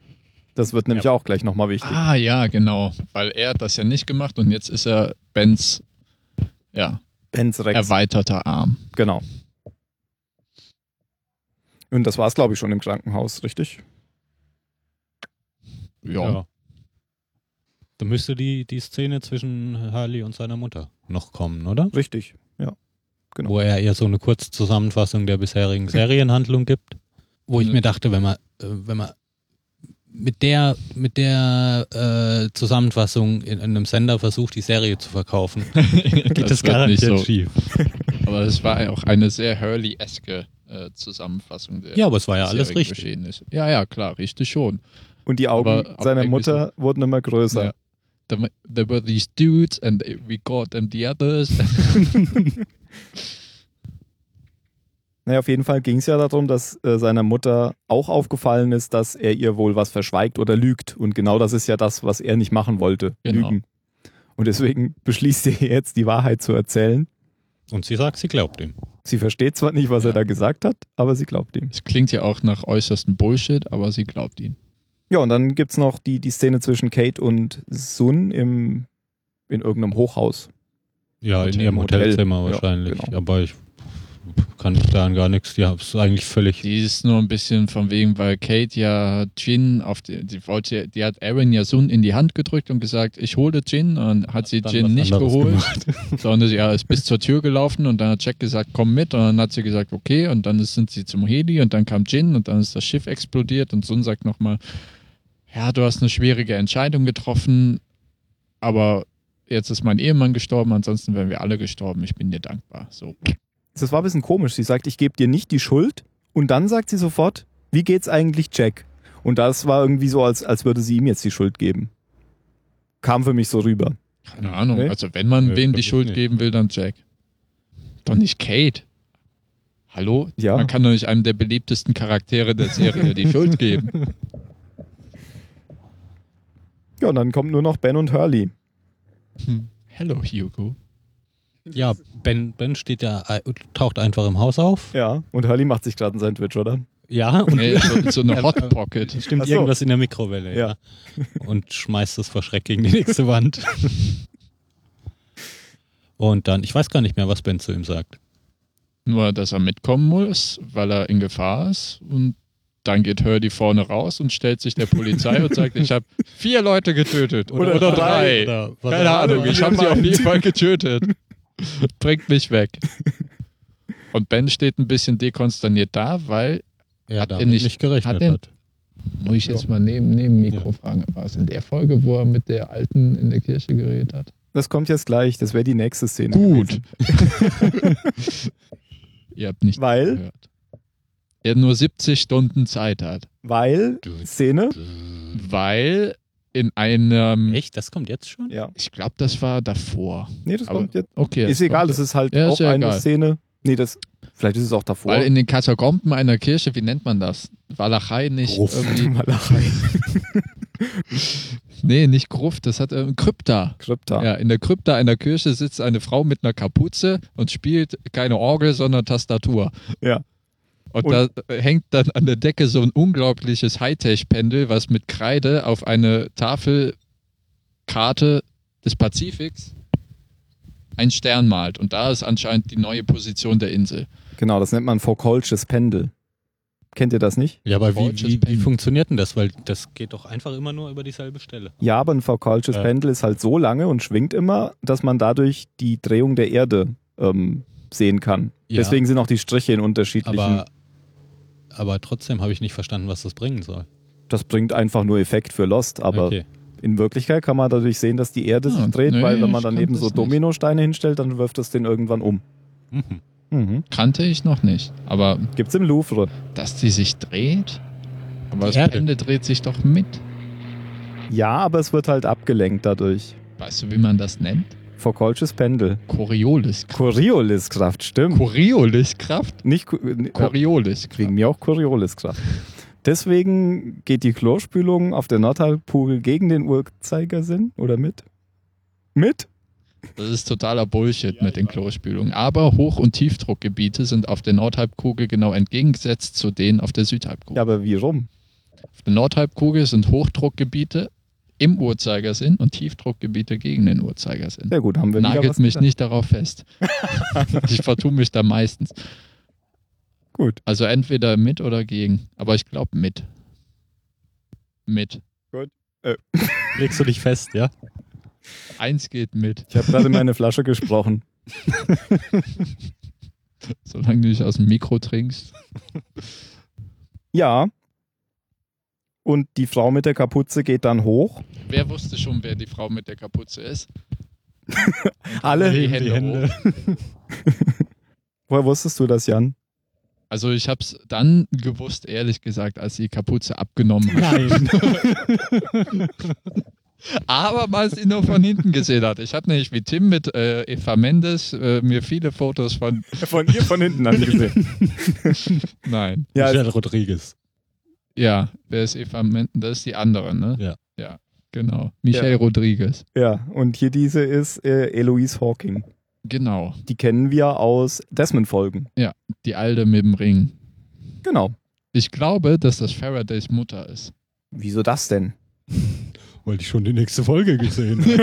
Speaker 2: Das wird nämlich auch gleich nochmal wichtig.
Speaker 3: Ah ja, genau. Weil er hat das ja nicht gemacht und jetzt ist er Bens ja,
Speaker 2: Ben's Rex,
Speaker 3: erweiterter Arm.
Speaker 2: genau. Und das war es, glaube ich, schon im Krankenhaus, richtig?
Speaker 3: Ja.
Speaker 4: Da müsste die, die Szene zwischen Harley und seiner Mutter noch kommen, oder?
Speaker 2: Richtig, ja. Genau.
Speaker 4: Wo er eher so eine kurze Zusammenfassung der bisherigen Serienhandlung gibt. Wo ich
Speaker 3: Mhm.
Speaker 4: mir dachte, wenn man, äh, wenn man mit der, mit der äh, Zusammenfassung in einem Sender versucht, die Serie
Speaker 3: (laughs)
Speaker 4: zu verkaufen, geht das,
Speaker 3: wird nicht so.
Speaker 4: garantiert schief.
Speaker 3: Aber es war ja auch eine sehr Hurley-eske äh, Zusammenfassung der
Speaker 4: Ja, aber es war ja alles
Speaker 3: bisherigen
Speaker 4: richtig.
Speaker 3: Geschehnisse. Ja, ja, klar, richtig schon.
Speaker 2: Und die Augen
Speaker 3: Aber ab
Speaker 2: seiner
Speaker 3: einem
Speaker 2: Mutter wurden immer größer.
Speaker 3: Ja. There, there were these dudes and we caught them the others. (laughs)
Speaker 2: Naja, auf jeden Fall ging es ja darum, dass äh, seiner Mutter auch aufgefallen ist, dass er ihr wohl was verschweigt oder lügt. Und genau das ist ja das, was er nicht machen wollte,
Speaker 3: Genau.
Speaker 2: lügen. Und deswegen (laughs) beschließt er jetzt, die Wahrheit zu erzählen.
Speaker 4: Und sie sagt, sie glaubt ihm.
Speaker 2: Sie versteht zwar nicht, was
Speaker 3: Ja.
Speaker 2: er da gesagt hat, aber sie glaubt ihm.
Speaker 3: Es klingt ja auch nach äußersten Bullshit, aber sie glaubt ihn.
Speaker 2: Ja, und dann gibt's noch die, die Szene zwischen Kate und Sun im, in irgendeinem Hochhaus.
Speaker 4: Ja, in
Speaker 2: Hotel-
Speaker 4: ihrem
Speaker 2: Hotel.
Speaker 4: Hotelzimmer
Speaker 2: Ja,
Speaker 4: wahrscheinlich.
Speaker 2: genau.
Speaker 4: Aber ich kann ich daran gar nichts. Ja, es ist eigentlich völlig.
Speaker 3: Die ist nur ein bisschen von wegen, weil Kate ja Jin auf die, die wollte, ja- die hat Aaron ja Sun in die Hand gedrückt und gesagt, ich hole Jin und hat sie
Speaker 4: Dann
Speaker 3: Jin
Speaker 4: was
Speaker 3: nicht
Speaker 4: anderes
Speaker 3: geholt,
Speaker 4: gemacht.
Speaker 3: sondern sie ja, ist bis zur Tür gelaufen und dann hat Jack gesagt, komm mit und dann hat sie gesagt, okay und dann ist- sind sie zum Heli und dann kam Jin und dann ist das Schiff explodiert und Sun sagt nochmal, ja, du hast eine schwierige Entscheidung getroffen, aber jetzt ist mein Ehemann gestorben, ansonsten wären wir alle gestorben, ich bin dir dankbar. So.
Speaker 2: Das war ein bisschen komisch. Sie sagt, ich gebe dir nicht die Schuld. Und dann sagt sie sofort, wie geht's eigentlich Jack? Und das war irgendwie so, als, als würde sie ihm jetzt die Schuld geben. Kam für mich so rüber.
Speaker 3: Keine Ahnung.
Speaker 2: Nee?
Speaker 3: Also wenn man
Speaker 4: Nee,
Speaker 3: wem
Speaker 4: glaub
Speaker 3: die
Speaker 4: ich
Speaker 3: Schuld
Speaker 4: nicht.
Speaker 3: geben will, dann Jack. Doch nicht Kate. Hallo?
Speaker 2: Ja.
Speaker 3: Man kann doch nicht einem der beliebtesten Charaktere der Serie die Schuld
Speaker 4: (laughs)
Speaker 3: geben.
Speaker 2: Ja, und dann kommt nur noch Ben und Hurley.
Speaker 3: Hm. Hello, Hugo.
Speaker 4: (laughs) Ja, Ben, ben steht da, äh, taucht einfach im Haus auf.
Speaker 2: Ja. Und Hurley macht sich gerade ein Sandwich, oder?
Speaker 4: Ja, (laughs) und
Speaker 3: Nee, halt so, so eine
Speaker 4: Ja,
Speaker 3: Hot Pocket.
Speaker 4: stimmt
Speaker 2: Ach so.
Speaker 4: irgendwas in der Mikrowelle.
Speaker 2: Ja.
Speaker 4: Ja. (laughs) Und schmeißt es vor Schreck gegen die nächste (laughs) Wand. Und dann, ich weiß gar nicht mehr, was Ben zu ihm sagt.
Speaker 3: Nur, dass er mitkommen muss, weil er in Gefahr ist. Und dann geht Hurdy vorne raus und stellt sich der Polizei und sagt, ich habe vier Leute getötet. Oder, oder drei.
Speaker 4: Oder was
Speaker 3: Keine
Speaker 4: auch immer.
Speaker 3: Ahnung, ich habe sie auf jeden Fall getötet. Bringt mich weg. Und Ben steht ein bisschen dekonsterniert da, weil,
Speaker 4: Ja,
Speaker 3: Hat
Speaker 4: da
Speaker 3: er
Speaker 4: nicht,
Speaker 3: nicht-
Speaker 4: nicht gerechnet
Speaker 3: hat
Speaker 4: hat.
Speaker 3: er- muss ich jetzt mal neben, neben
Speaker 4: Mikro
Speaker 3: fragen, war es in der Folge, wo er mit der Alten in der Kirche geredet hat?
Speaker 2: Das kommt jetzt gleich. Das wäre die nächste Szene.
Speaker 3: Gut. (laughs)
Speaker 2: gewesen.
Speaker 3: Ihr habt nicht
Speaker 2: Weil?
Speaker 3: gehört. Der nur 70 Stunden Zeit hat.
Speaker 2: Weil, Szene,
Speaker 3: Weil in einem,
Speaker 4: Echt? Das kommt jetzt schon?
Speaker 2: ja.
Speaker 3: ich glaube, das war davor.
Speaker 2: Nee, das
Speaker 3: Aber-
Speaker 2: kommt jetzt.
Speaker 3: Okay. das
Speaker 2: ist egal,
Speaker 3: kommt-
Speaker 2: das ist halt
Speaker 3: Ja, ist
Speaker 2: auch
Speaker 3: ja
Speaker 2: eine
Speaker 3: egal.
Speaker 2: Szene. Nee, das, vielleicht ist es auch davor.
Speaker 3: Weil in den Katakomben einer Kirche, wie nennt man das? Walachei nicht
Speaker 4: Gruft.
Speaker 3: irgendwie.
Speaker 2: (laughs)
Speaker 3: Nee, nicht Gruft, das hat ähm, Krypta.
Speaker 2: Krypta.
Speaker 3: Ja, in der Krypta einer Kirche sitzt eine Frau mit einer Kapuze und spielt keine Orgel, sondern Tastatur.
Speaker 2: Ja.
Speaker 3: Und,
Speaker 2: Und-
Speaker 3: da äh, hängt dann an der Decke so ein unglaubliches Hightech-Pendel, was mit Kreide auf eine Tafelkarte des Pazifiks einen Stern malt. Und da ist anscheinend die neue Position der Insel.
Speaker 2: Genau, das nennt man Foucault'sches Pendel. Kennt ihr das nicht?
Speaker 4: Ja, aber wie,
Speaker 3: Deutsches
Speaker 4: wie, wie
Speaker 3: Pen.
Speaker 4: funktioniert denn das? Weil das geht doch einfach immer nur über dieselbe Stelle.
Speaker 2: Ja, aber ein Foucault'sches
Speaker 4: Ja.
Speaker 2: Pendel ist halt so lange und schwingt immer, dass man dadurch die Drehung der Erde ähm, sehen kann.
Speaker 4: Ja.
Speaker 2: Deswegen sind auch die Striche in unterschiedlichen.
Speaker 4: Aber, aber trotzdem habe ich nicht verstanden, was das bringen soll.
Speaker 2: das bringt einfach nur Effekt für Lost, aber
Speaker 4: okay.
Speaker 2: In Wirklichkeit kann man dadurch sehen, dass die Erde
Speaker 3: Ah,
Speaker 2: sich dreht,
Speaker 3: nee,
Speaker 2: weil wenn man
Speaker 3: ich
Speaker 2: dann
Speaker 3: kannte
Speaker 2: eben
Speaker 3: es
Speaker 2: so
Speaker 3: nicht.
Speaker 2: Dominosteine hinstellt, dann wirft das den irgendwann um.
Speaker 4: Mhm.
Speaker 2: Mhm.
Speaker 3: Kannte ich noch nicht. Aber
Speaker 2: Gibt's im Louvre.
Speaker 3: dass die sich dreht, aber das
Speaker 4: Die Erde.
Speaker 3: Ende dreht sich doch mit.
Speaker 2: Ja, aber es wird halt abgelenkt dadurch.
Speaker 3: Weißt du, wie man das nennt?
Speaker 2: Foucault'sches Pendel.
Speaker 3: Corioliskraft.
Speaker 2: Corioliskraft, stimmt.
Speaker 3: Corioliskraft?
Speaker 2: Nicht Ku- ne- äh, wegen
Speaker 3: Corioliskraft.
Speaker 2: mir auch Corioliskraft. Deswegen geht die Chlorspülung auf der Nordhalbkugel gegen den Uhrzeigersinn oder mit? Mit?
Speaker 3: Das ist totaler Bullshit mit den Chlorspülungen. Aber Hoch- und Tiefdruckgebiete sind auf der Nordhalbkugel genau entgegengesetzt zu denen auf der Südhalbkugel.
Speaker 2: Ja, aber wie rum?
Speaker 3: Auf der Nordhalbkugel sind Hochdruckgebiete im Uhrzeigersinn und Tiefdruckgebiete gegen den Uhrzeigersinn.
Speaker 2: Sehr gut, haben wir wieder was
Speaker 3: Nagelt mich
Speaker 2: gelernt.
Speaker 3: nicht darauf fest. (laughs) ich vertue mich da meistens.
Speaker 2: Gut.
Speaker 3: Also entweder mit oder gegen. Aber ich glaube mit. Mit.
Speaker 4: Legst du dich fest,
Speaker 2: (laughs)
Speaker 4: ja?
Speaker 3: Eins geht mit,
Speaker 2: Ich habe gerade in meine Flasche gesprochen.
Speaker 3: solange du nicht aus dem Mikro trinkst.
Speaker 2: Ja. Und die Frau mit der Kapuze geht dann hoch.
Speaker 3: Wer wusste schon, wer die Frau mit der Kapuze ist?
Speaker 2: Alle.
Speaker 3: Die
Speaker 4: die
Speaker 3: Hände,
Speaker 4: Hände.
Speaker 3: hoch.
Speaker 2: Woher wusstest du das, Jan?
Speaker 3: Also ich habe es dann gewusst, ehrlich gesagt, als sie die Kapuze abgenommen (laughs) hat.
Speaker 4: (laughs) Nein.
Speaker 3: Aber weil sie nur von hinten gesehen hat. Ich habe nämlich wie Tim mit äh, Eva Mendes äh, mir viele Fotos von...
Speaker 2: Von ihr von hinten angesehen.
Speaker 3: (laughs) Nein.
Speaker 2: (laughs) ja,
Speaker 4: Michelle Rodriguez.
Speaker 3: Ja, wer ist Eva Menden? Das ist die andere, ne?
Speaker 4: Ja.
Speaker 3: Ja, genau. Michelle Rodriguez.
Speaker 2: ja, und hier diese ist äh, Eloise Hawking.
Speaker 3: Genau.
Speaker 2: Die kennen wir aus Desmond-Folgen.
Speaker 3: Die Alte mit dem Ring.
Speaker 2: Genau.
Speaker 3: Ich glaube, dass das Faradays Mutter ist.
Speaker 2: Wieso das denn?
Speaker 4: Weil ich schon die nächste Folge
Speaker 2: (laughs)
Speaker 4: gesehen habe.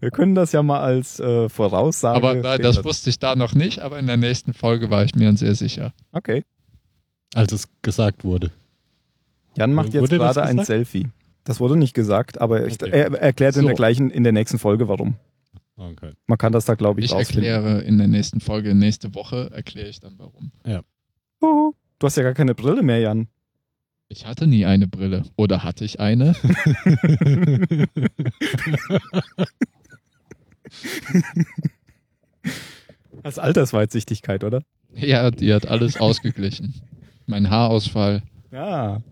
Speaker 2: Wir können das ja mal als äh, Voraussage.
Speaker 3: aber da,
Speaker 2: stehen
Speaker 3: das
Speaker 2: lassen.
Speaker 3: wusste ich da noch nicht, aber in der nächsten Folge war ich mir sehr sicher.
Speaker 2: Okay.
Speaker 4: Als es gesagt wurde.
Speaker 2: Jan macht jetzt
Speaker 4: Wurde das
Speaker 2: gerade ein
Speaker 4: gesagt?
Speaker 2: Selfie. Das wurde nicht gesagt, aber ich,
Speaker 4: Okay.
Speaker 2: er erklärt in
Speaker 3: So.
Speaker 2: der gleichen, in der nächsten Folge, warum. (laughs)
Speaker 4: Okay.
Speaker 2: Man kann das da, glaube ich,
Speaker 3: Ich
Speaker 2: rausfinden.
Speaker 3: erkläre in der nächsten Folge, nächste Woche erkläre ich dann warum.
Speaker 2: Huhu. Du hast ja gar keine Brille mehr, Jan.
Speaker 3: Ich hatte nie eine Brille. Oder hatte ich eine? (laughs)
Speaker 2: Als Altersweitsichtigkeit, oder?
Speaker 3: ja, die hat alles ausgeglichen. Mein Haarausfall.
Speaker 2: Ja.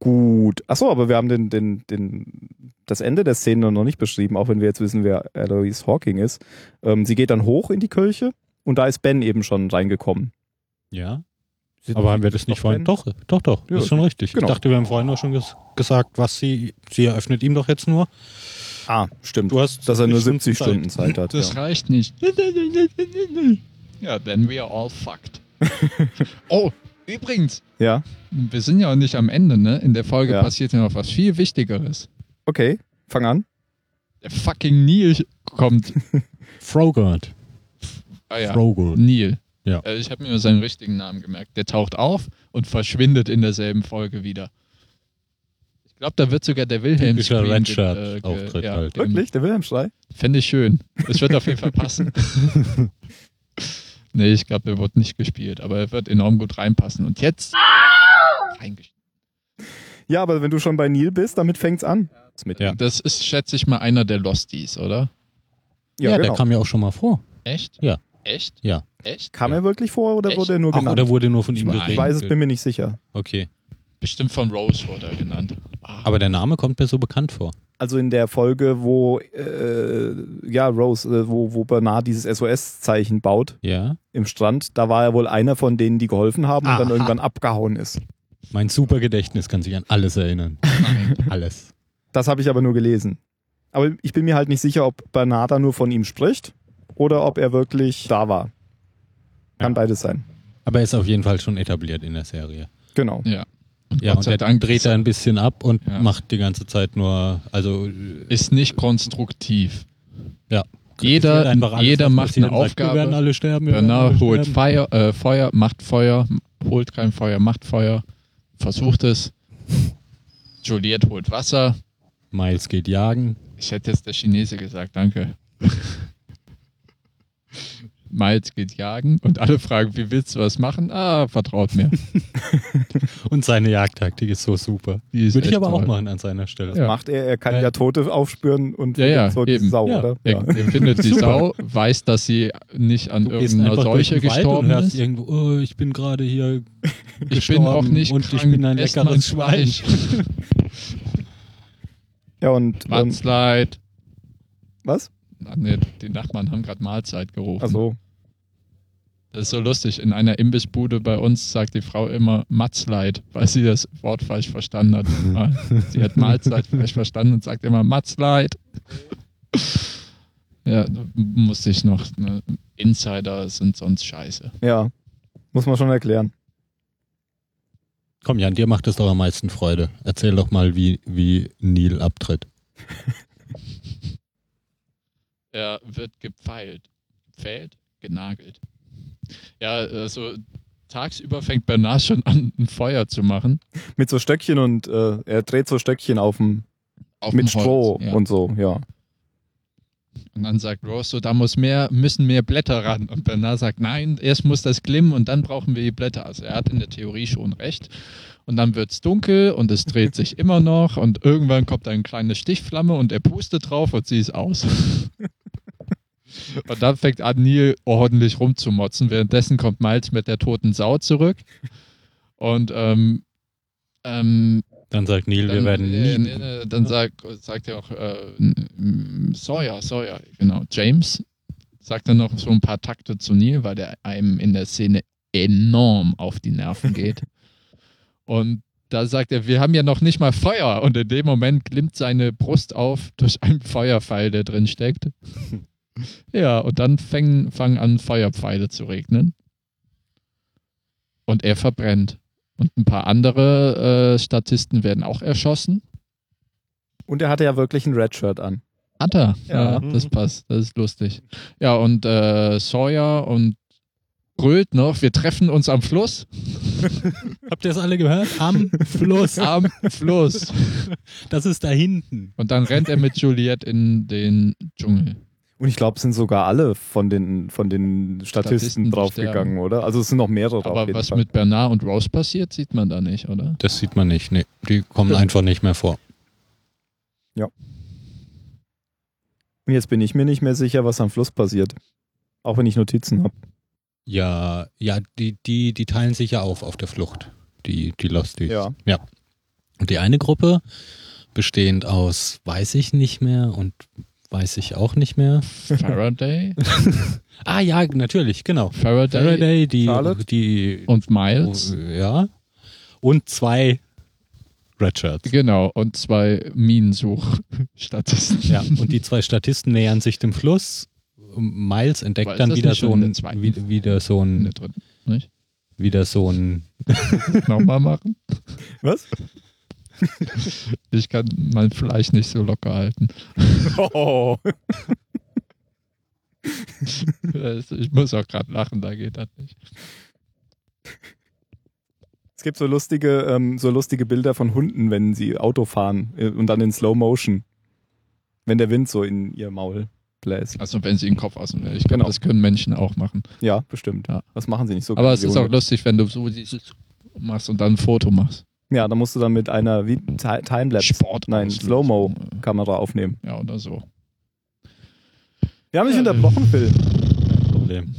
Speaker 2: Gut. Achso, aber wir haben den, den, den, das Ende der Szene noch nicht beschrieben, auch wenn wir jetzt wissen, wer Eloise Hawking ist. Ähm, sie geht dann hoch in die Kirche und da ist Ben eben schon reingekommen.
Speaker 4: Ja.
Speaker 2: Sind
Speaker 4: Aber haben wir das nicht vorhin?
Speaker 2: Ben?
Speaker 4: Doch, doch, doch.
Speaker 2: Ja,
Speaker 4: ist schon richtig.
Speaker 2: genau.
Speaker 4: Ich dachte, wir haben vorhin auch schon ges gesagt, was sie. Sie eröffnet ihm doch jetzt nur.
Speaker 2: Ah, stimmt.
Speaker 4: Du hast.
Speaker 2: Dass er nur 70
Speaker 4: 70
Speaker 2: Stunden Zeit hat.
Speaker 3: Das
Speaker 2: Ja.
Speaker 3: reicht nicht. Ja, then we are all fucked. (laughs) oh, übrigens,
Speaker 2: ja,
Speaker 3: wir sind ja auch nicht am Ende, ne? In der Folge
Speaker 2: Ja.
Speaker 3: passiert ja noch was viel Wichtigeres.
Speaker 2: okay. Fang an.
Speaker 3: Der fucking Neil kommt.
Speaker 4: Frogurt.
Speaker 3: Ah ja,
Speaker 4: Frogurt.
Speaker 3: Neil.
Speaker 4: Ja.
Speaker 3: Äh, Ich habe mir nur seinen richtigen Namen gemerkt. Der taucht auf und verschwindet in derselben Folge wieder. Ich glaube, da wird sogar der Wilhelm
Speaker 4: Typischer
Speaker 3: Scream
Speaker 4: Red
Speaker 3: ge-
Speaker 4: Shirt
Speaker 3: äh, ge-
Speaker 4: Auftritt halt.
Speaker 3: dem-
Speaker 2: Wirklich? Der Wilhelmschrei?
Speaker 3: Fände ich schön. Es wird auf jeden Fall
Speaker 4: (laughs)
Speaker 3: passen. nee, ich glaube, er wird nicht gespielt, aber er wird enorm gut reinpassen. Und jetzt. Reingesch-
Speaker 2: Ja, aber wenn du schon bei Neil bist, damit fängt's an. Ist Mit.
Speaker 4: Ja.
Speaker 3: Das ist, schätze ich mal, einer der Losties, oder?
Speaker 4: Ja,
Speaker 2: genau.
Speaker 4: der kam ja auch schon mal vor.
Speaker 3: Echt?
Speaker 4: Ja.
Speaker 3: Echt?
Speaker 4: Ja.
Speaker 3: Echt?
Speaker 2: Kam er wirklich vor oder
Speaker 3: Echt?
Speaker 2: wurde er nur
Speaker 4: Ach,
Speaker 2: genannt?
Speaker 4: oder wurde nur von ihm
Speaker 3: Ich
Speaker 4: geredet?
Speaker 2: ich weiß es, bin mir nicht sicher.
Speaker 4: Okay.
Speaker 3: Bestimmt von Rose wurde er genannt. Ah,
Speaker 4: Aber der Name kommt mir so bekannt vor.
Speaker 2: Also in der Folge, wo äh, ja Rose, äh, wo, wo Bernard dieses SOS-Zeichen baut
Speaker 4: Ja.
Speaker 2: im Strand, da war er wohl einer von denen, die geholfen haben und dann
Speaker 4: Aha.
Speaker 2: irgendwann abgehauen ist.
Speaker 4: Mein super Gedächtnis kann sich an
Speaker 3: (laughs)
Speaker 4: alles erinnern.
Speaker 3: nein.
Speaker 4: Alles.
Speaker 2: Das habe ich aber nur gelesen. Aber ich bin mir halt nicht sicher, ob Bernard da nur von ihm spricht oder ob er wirklich da war. Kann beides sein.
Speaker 4: Aber er ist auf jeden Fall schon etabliert in der Serie.
Speaker 2: Genau.
Speaker 4: Ja,
Speaker 3: Gott
Speaker 4: und
Speaker 3: sei
Speaker 4: der
Speaker 3: Dank
Speaker 4: dreht er ein bisschen ab und
Speaker 3: Ja.
Speaker 4: macht die ganze Zeit nur, also äh,
Speaker 3: Ist nicht konstruktiv.
Speaker 4: ja.
Speaker 3: Jeder-
Speaker 4: Kritisiert alles,
Speaker 3: jeder
Speaker 4: was
Speaker 3: macht
Speaker 4: passiert
Speaker 3: eine
Speaker 4: und sagt,
Speaker 3: Aufgabe.
Speaker 4: Wir werden alle sterben. wir werden alle
Speaker 3: Bernard holt
Speaker 4: sterben.
Speaker 3: Feuer, äh, Feuer, macht Feuer, m- holt kein Feuer, macht Feuer, versucht es. Juliet holt Wasser.
Speaker 4: Miles geht jagen.
Speaker 3: Ich hätte jetzt der Chinese gesagt,
Speaker 4: (laughs)
Speaker 3: danke. Miles geht jagen und alle fragen, wie willst du was machen? Ah, vertraut mir.
Speaker 4: Und seine Jagdtaktik ist so super.
Speaker 3: Die ist
Speaker 4: Würde ich
Speaker 3: echt
Speaker 4: aber
Speaker 3: toll.
Speaker 4: auch machen an seiner Stelle.
Speaker 3: Ja.
Speaker 2: Macht er, er kann
Speaker 4: Ja.
Speaker 2: ja, Tote aufspüren und
Speaker 3: Ja, ja,
Speaker 2: so die
Speaker 3: eben.
Speaker 2: Sau,
Speaker 4: Ja.
Speaker 2: oder?
Speaker 3: Er, er findet
Speaker 4: (laughs)
Speaker 3: die Sau, weiß, dass sie nicht an
Speaker 4: Du gehst
Speaker 3: irgendeiner
Speaker 4: einfach durch
Speaker 3: Seuche
Speaker 4: den Wald
Speaker 3: gestorben
Speaker 4: und hörst
Speaker 3: ist.
Speaker 4: irgendwo, oh, ich bin gerade hier
Speaker 3: (laughs) Ich bin auch nicht
Speaker 4: und
Speaker 3: krank,
Speaker 4: ich bin ein
Speaker 3: ess
Speaker 4: leckeres
Speaker 3: mein
Speaker 4: Schwein.
Speaker 2: Ja, und ähm,
Speaker 3: (laughs) Mahlzeit.
Speaker 2: was?
Speaker 3: Ah, Nee, die Nachbarn haben gerade Mahlzeit gerufen.
Speaker 2: Also,
Speaker 3: Das ist so lustig. In einer Imbissbude bei uns sagt die Frau immer Matzleid, weil sie das Wort falsch
Speaker 2: (laughs)
Speaker 3: verstanden hat. Ah, sie hat Mahlzeit falsch verstanden und sagt immer Matzleid. Ja, da musste ich noch. Ne? Insider sind sonst scheiße.
Speaker 2: ja, muss man schon erklären.
Speaker 4: Komm Jan, dir macht es doch am meisten Freude. Erzähl doch mal, wie, wie Neil abtritt.
Speaker 3: Er wird gepfeilt, gepfählt, genagelt. Ja, also tagsüber fängt Bernard schon an, ein Feuer zu machen.
Speaker 2: Mit so Stöckchen und äh, er dreht so Stöckchen auf dem
Speaker 3: Auf
Speaker 2: mit
Speaker 3: dem Holz,
Speaker 2: Stroh
Speaker 3: ja.
Speaker 2: und so, ja.
Speaker 3: Und dann sagt Rose so, da muss mehr, müssen mehr Blätter ran. Und Bernard sagt, nein, erst muss das glimmen und dann brauchen wir die Blätter. Also er hat in der Theorie schon recht. Und dann wird's dunkel und es dreht sich immer noch und irgendwann kommt eine kleine Stichflamme und er pustet drauf und sie ist aus. und dann fängt an, Neil ordentlich rumzumotzen. Währenddessen kommt Miles mit der toten Sau zurück. Und ähm, ähm,
Speaker 4: Dann sagt Neil, wir
Speaker 3: dann,
Speaker 4: werden
Speaker 3: äh,
Speaker 4: nie.
Speaker 3: äh, äh, dann sagt, sagt er auch äh, m- Sawyer, Sawyer, genau. James sagt dann noch so ein paar Takte zu Neil, weil der einem in der Szene enorm auf die Nerven geht.
Speaker 4: (laughs)
Speaker 3: und da sagt er, wir haben ja noch nicht mal Feuer. Und in dem Moment glimmt seine Brust auf durch einen Feuerpfeil, der drin
Speaker 4: (laughs)
Speaker 3: steckt. ja, und dann fangen, fangen an, Feuerpfeile zu regnen. Und er verbrennt. Und ein paar andere äh, Statisten werden auch erschossen.
Speaker 2: Und er hatte ja wirklich ein Redshirt an.
Speaker 3: Hat er. Ja.
Speaker 2: Ja.
Speaker 4: Mhm.
Speaker 3: das passt. Das ist lustig. Ja, und äh, Sawyer und Brüllt noch, wir treffen uns am
Speaker 4: (laughs)
Speaker 3: Fluss.
Speaker 4: Habt ihr es alle gehört? Am
Speaker 3: (laughs)
Speaker 4: Fluss.
Speaker 3: Am Fluss.
Speaker 4: Das ist da hinten.
Speaker 3: Und dann rennt er mit Juliette in den Dschungel.
Speaker 2: Und ich glaube, es sind sogar alle von den, von den
Speaker 3: Statisten,
Speaker 2: Statisten,
Speaker 3: die
Speaker 2: draufgegangen, oder? Also es sind noch mehrere drauf.
Speaker 3: Aber was mit Bernard und Rose passiert, sieht man da nicht,
Speaker 4: (laughs)
Speaker 3: oder?
Speaker 4: Das sieht man nicht. Nee, die kommen einfach nicht mehr vor.
Speaker 2: Und jetzt bin ich mir nicht mehr sicher, was am Fluss passiert. Auch wenn ich Notizen habe.
Speaker 4: Ja, ja, die, die, die teilen sich ja auf auf der Flucht. Die, die Losties.
Speaker 2: Ja.
Speaker 4: ja. Und die eine Gruppe, bestehend aus weiß ich nicht mehr und weiß ich auch nicht mehr.
Speaker 3: Faraday?
Speaker 4: Ah ja, natürlich, genau.
Speaker 3: Faraday,
Speaker 4: Faraday, Oh, die,
Speaker 2: Charlotte?
Speaker 4: die
Speaker 3: und Miles?
Speaker 4: ja. Und zwei Redshirts.
Speaker 3: Genau, und zwei Minensuchstatisten. (laughs)
Speaker 4: Ja, und die zwei Statisten nähern sich dem Fluss. Um Miles
Speaker 3: Aber
Speaker 4: entdeckt
Speaker 3: ist
Speaker 4: dann
Speaker 3: das
Speaker 4: wieder
Speaker 3: nicht schon
Speaker 4: so,
Speaker 3: in
Speaker 4: ein,
Speaker 3: der zweiten
Speaker 4: wie-
Speaker 3: Folge?
Speaker 4: wieder so
Speaker 3: In der
Speaker 4: ein,
Speaker 3: dritten. Nicht?
Speaker 4: wieder so ein,
Speaker 3: Nochmal machen?
Speaker 2: Was?
Speaker 3: (laughs) Ich kann mein Fleisch nicht so locker halten. (laughs)
Speaker 2: Oh.
Speaker 3: Also, Ich muss auch gerade lachen, da geht das nicht.
Speaker 2: Es gibt so lustige, ähm, so lustige Bilder von Hunden, wenn sie Auto fahren äh, und dann in Slow Motion. Wenn der Wind so in ihr Maul bläst.
Speaker 3: Also wenn sie den Kopf aus dem Ich glaube,
Speaker 2: Genau.
Speaker 3: das können Menschen auch machen.
Speaker 2: Ja, bestimmt.
Speaker 3: Ja.
Speaker 2: Das machen sie nicht so
Speaker 3: Aber es ist
Speaker 2: Junge.
Speaker 3: auch lustig, wenn du so dieses machst und dann ein Foto machst.
Speaker 2: Ja, da musst du dann mit einer wie Ti- Timelapse.
Speaker 3: Sport.
Speaker 2: Nein,
Speaker 3: auslösen.
Speaker 2: Slow-Mo-Kamera aufnehmen.
Speaker 3: Ja, oder so.
Speaker 2: Wir haben dich
Speaker 3: Ja.
Speaker 2: unterbrochen, Phil.
Speaker 4: Problem.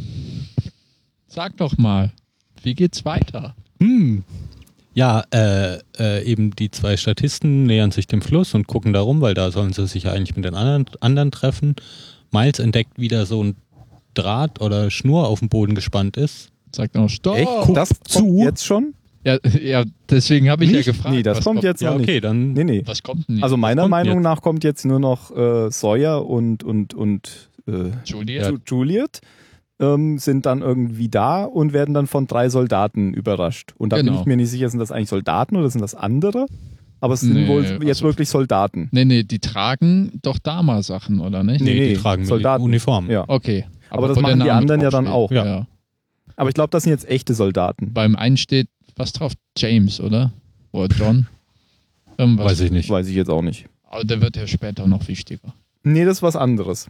Speaker 3: Sag doch mal, wie geht's weiter?
Speaker 4: Hm. Ja, äh, äh, eben die zwei Statisten nähern sich dem Fluss und gucken da rum, weil da sollen sie sich ja eigentlich mit den anderen, anderen treffen. Miles entdeckt wieder so ein Draht oder Schnur auf dem Boden gespannt ist.
Speaker 3: Sag doch, stopp!
Speaker 2: das
Speaker 4: zu.
Speaker 2: kommt jetzt schon?
Speaker 3: Ja, ja, deswegen habe ich
Speaker 2: Nicht?
Speaker 3: ja gefragt.
Speaker 2: Nee, das
Speaker 3: was
Speaker 2: kommt jetzt
Speaker 4: Ja,
Speaker 2: noch
Speaker 4: okay, dann
Speaker 2: nicht. Nee, nee.
Speaker 3: Was kommt denn jetzt?
Speaker 2: Also meiner
Speaker 4: kommt
Speaker 2: Meinung
Speaker 4: jetzt?
Speaker 2: nach kommt jetzt nur noch äh, Sawyer und, und, und äh,
Speaker 3: Juliet?
Speaker 2: Ju- Juliet ähm, sind dann irgendwie da und werden dann von drei Soldaten überrascht. Und da
Speaker 3: Genau.
Speaker 2: bin ich mir nicht sicher, sind das eigentlich Soldaten oder sind das andere? Aber es sind
Speaker 3: Nee,
Speaker 2: wohl jetzt
Speaker 3: also-
Speaker 2: wirklich Soldaten.
Speaker 3: Nee, nee, die tragen doch Dama-Sachen, oder nicht?
Speaker 2: Nee,
Speaker 4: die
Speaker 2: nee,
Speaker 4: tragen
Speaker 2: Soldaten.
Speaker 3: Mhm.
Speaker 4: Uniform.
Speaker 2: Ja.
Speaker 3: Okay.
Speaker 2: Aber das
Speaker 3: wo der
Speaker 2: machen die
Speaker 3: Name
Speaker 2: anderen ja dann
Speaker 3: draufsteht.
Speaker 2: auch. Ja. Aber ich glaube, das sind jetzt echte Soldaten.
Speaker 3: Beim einen steht was drauf? James, oder? Oder John? Irgendwas.
Speaker 4: Weiß ich nicht.
Speaker 2: Weiß ich jetzt auch nicht.
Speaker 3: Aber der wird ja später noch wichtiger.
Speaker 2: Nee, das ist was anderes.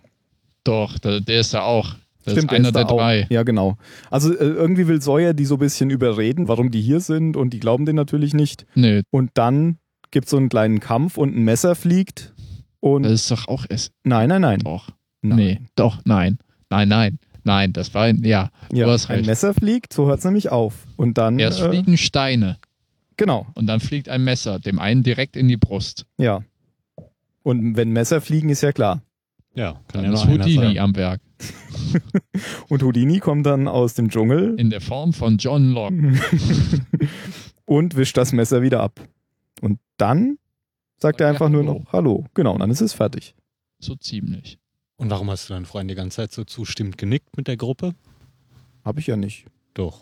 Speaker 3: Doch, der, der ist ja auch. Das ist einer
Speaker 2: Esther
Speaker 3: der drei.
Speaker 2: Ja, genau. Also äh, irgendwie will Sawyer die so ein bisschen überreden, warum die hier sind und die glauben den natürlich nicht.
Speaker 3: Nee,
Speaker 2: Und dann gibt es so einen kleinen Kampf und ein Messer fliegt. Und
Speaker 3: das ist doch auch es.
Speaker 2: nein, nein, nein.
Speaker 3: Doch.
Speaker 2: nein.
Speaker 3: Also Nee, doch, nein. Nein, nein. Nein, das war ein, ja.
Speaker 2: Ja,
Speaker 3: du hast
Speaker 2: ein
Speaker 3: recht.
Speaker 2: Messer fliegt, so hört es nämlich auf. Und dann.
Speaker 3: Erst
Speaker 2: äh,
Speaker 3: fliegen Steine
Speaker 2: Genau,
Speaker 3: und dann fliegt ein Messer, dem einen direkt in die Brust.
Speaker 2: ja. Und wenn Messer fliegen, ist ja klar.
Speaker 4: Ja, kann
Speaker 3: Dann
Speaker 4: ja
Speaker 3: ist
Speaker 4: nur einer
Speaker 3: Houdini
Speaker 4: sein.
Speaker 3: am Werk.
Speaker 2: Und Houdini kommt dann aus dem Dschungel
Speaker 3: In der Form von John Locke.
Speaker 2: (laughs) und wischt das Messer wieder ab. Und dann sagt
Speaker 3: Sagt er
Speaker 2: er einfach nur
Speaker 3: Hallo.
Speaker 2: noch Hallo. Genau, und dann ist es fertig.
Speaker 3: So ziemlich.
Speaker 4: Und warum hast du deinen Freund die ganze Zeit so zustimmend genickt mit der Gruppe?
Speaker 2: Habe ich ja nicht.
Speaker 4: Doch.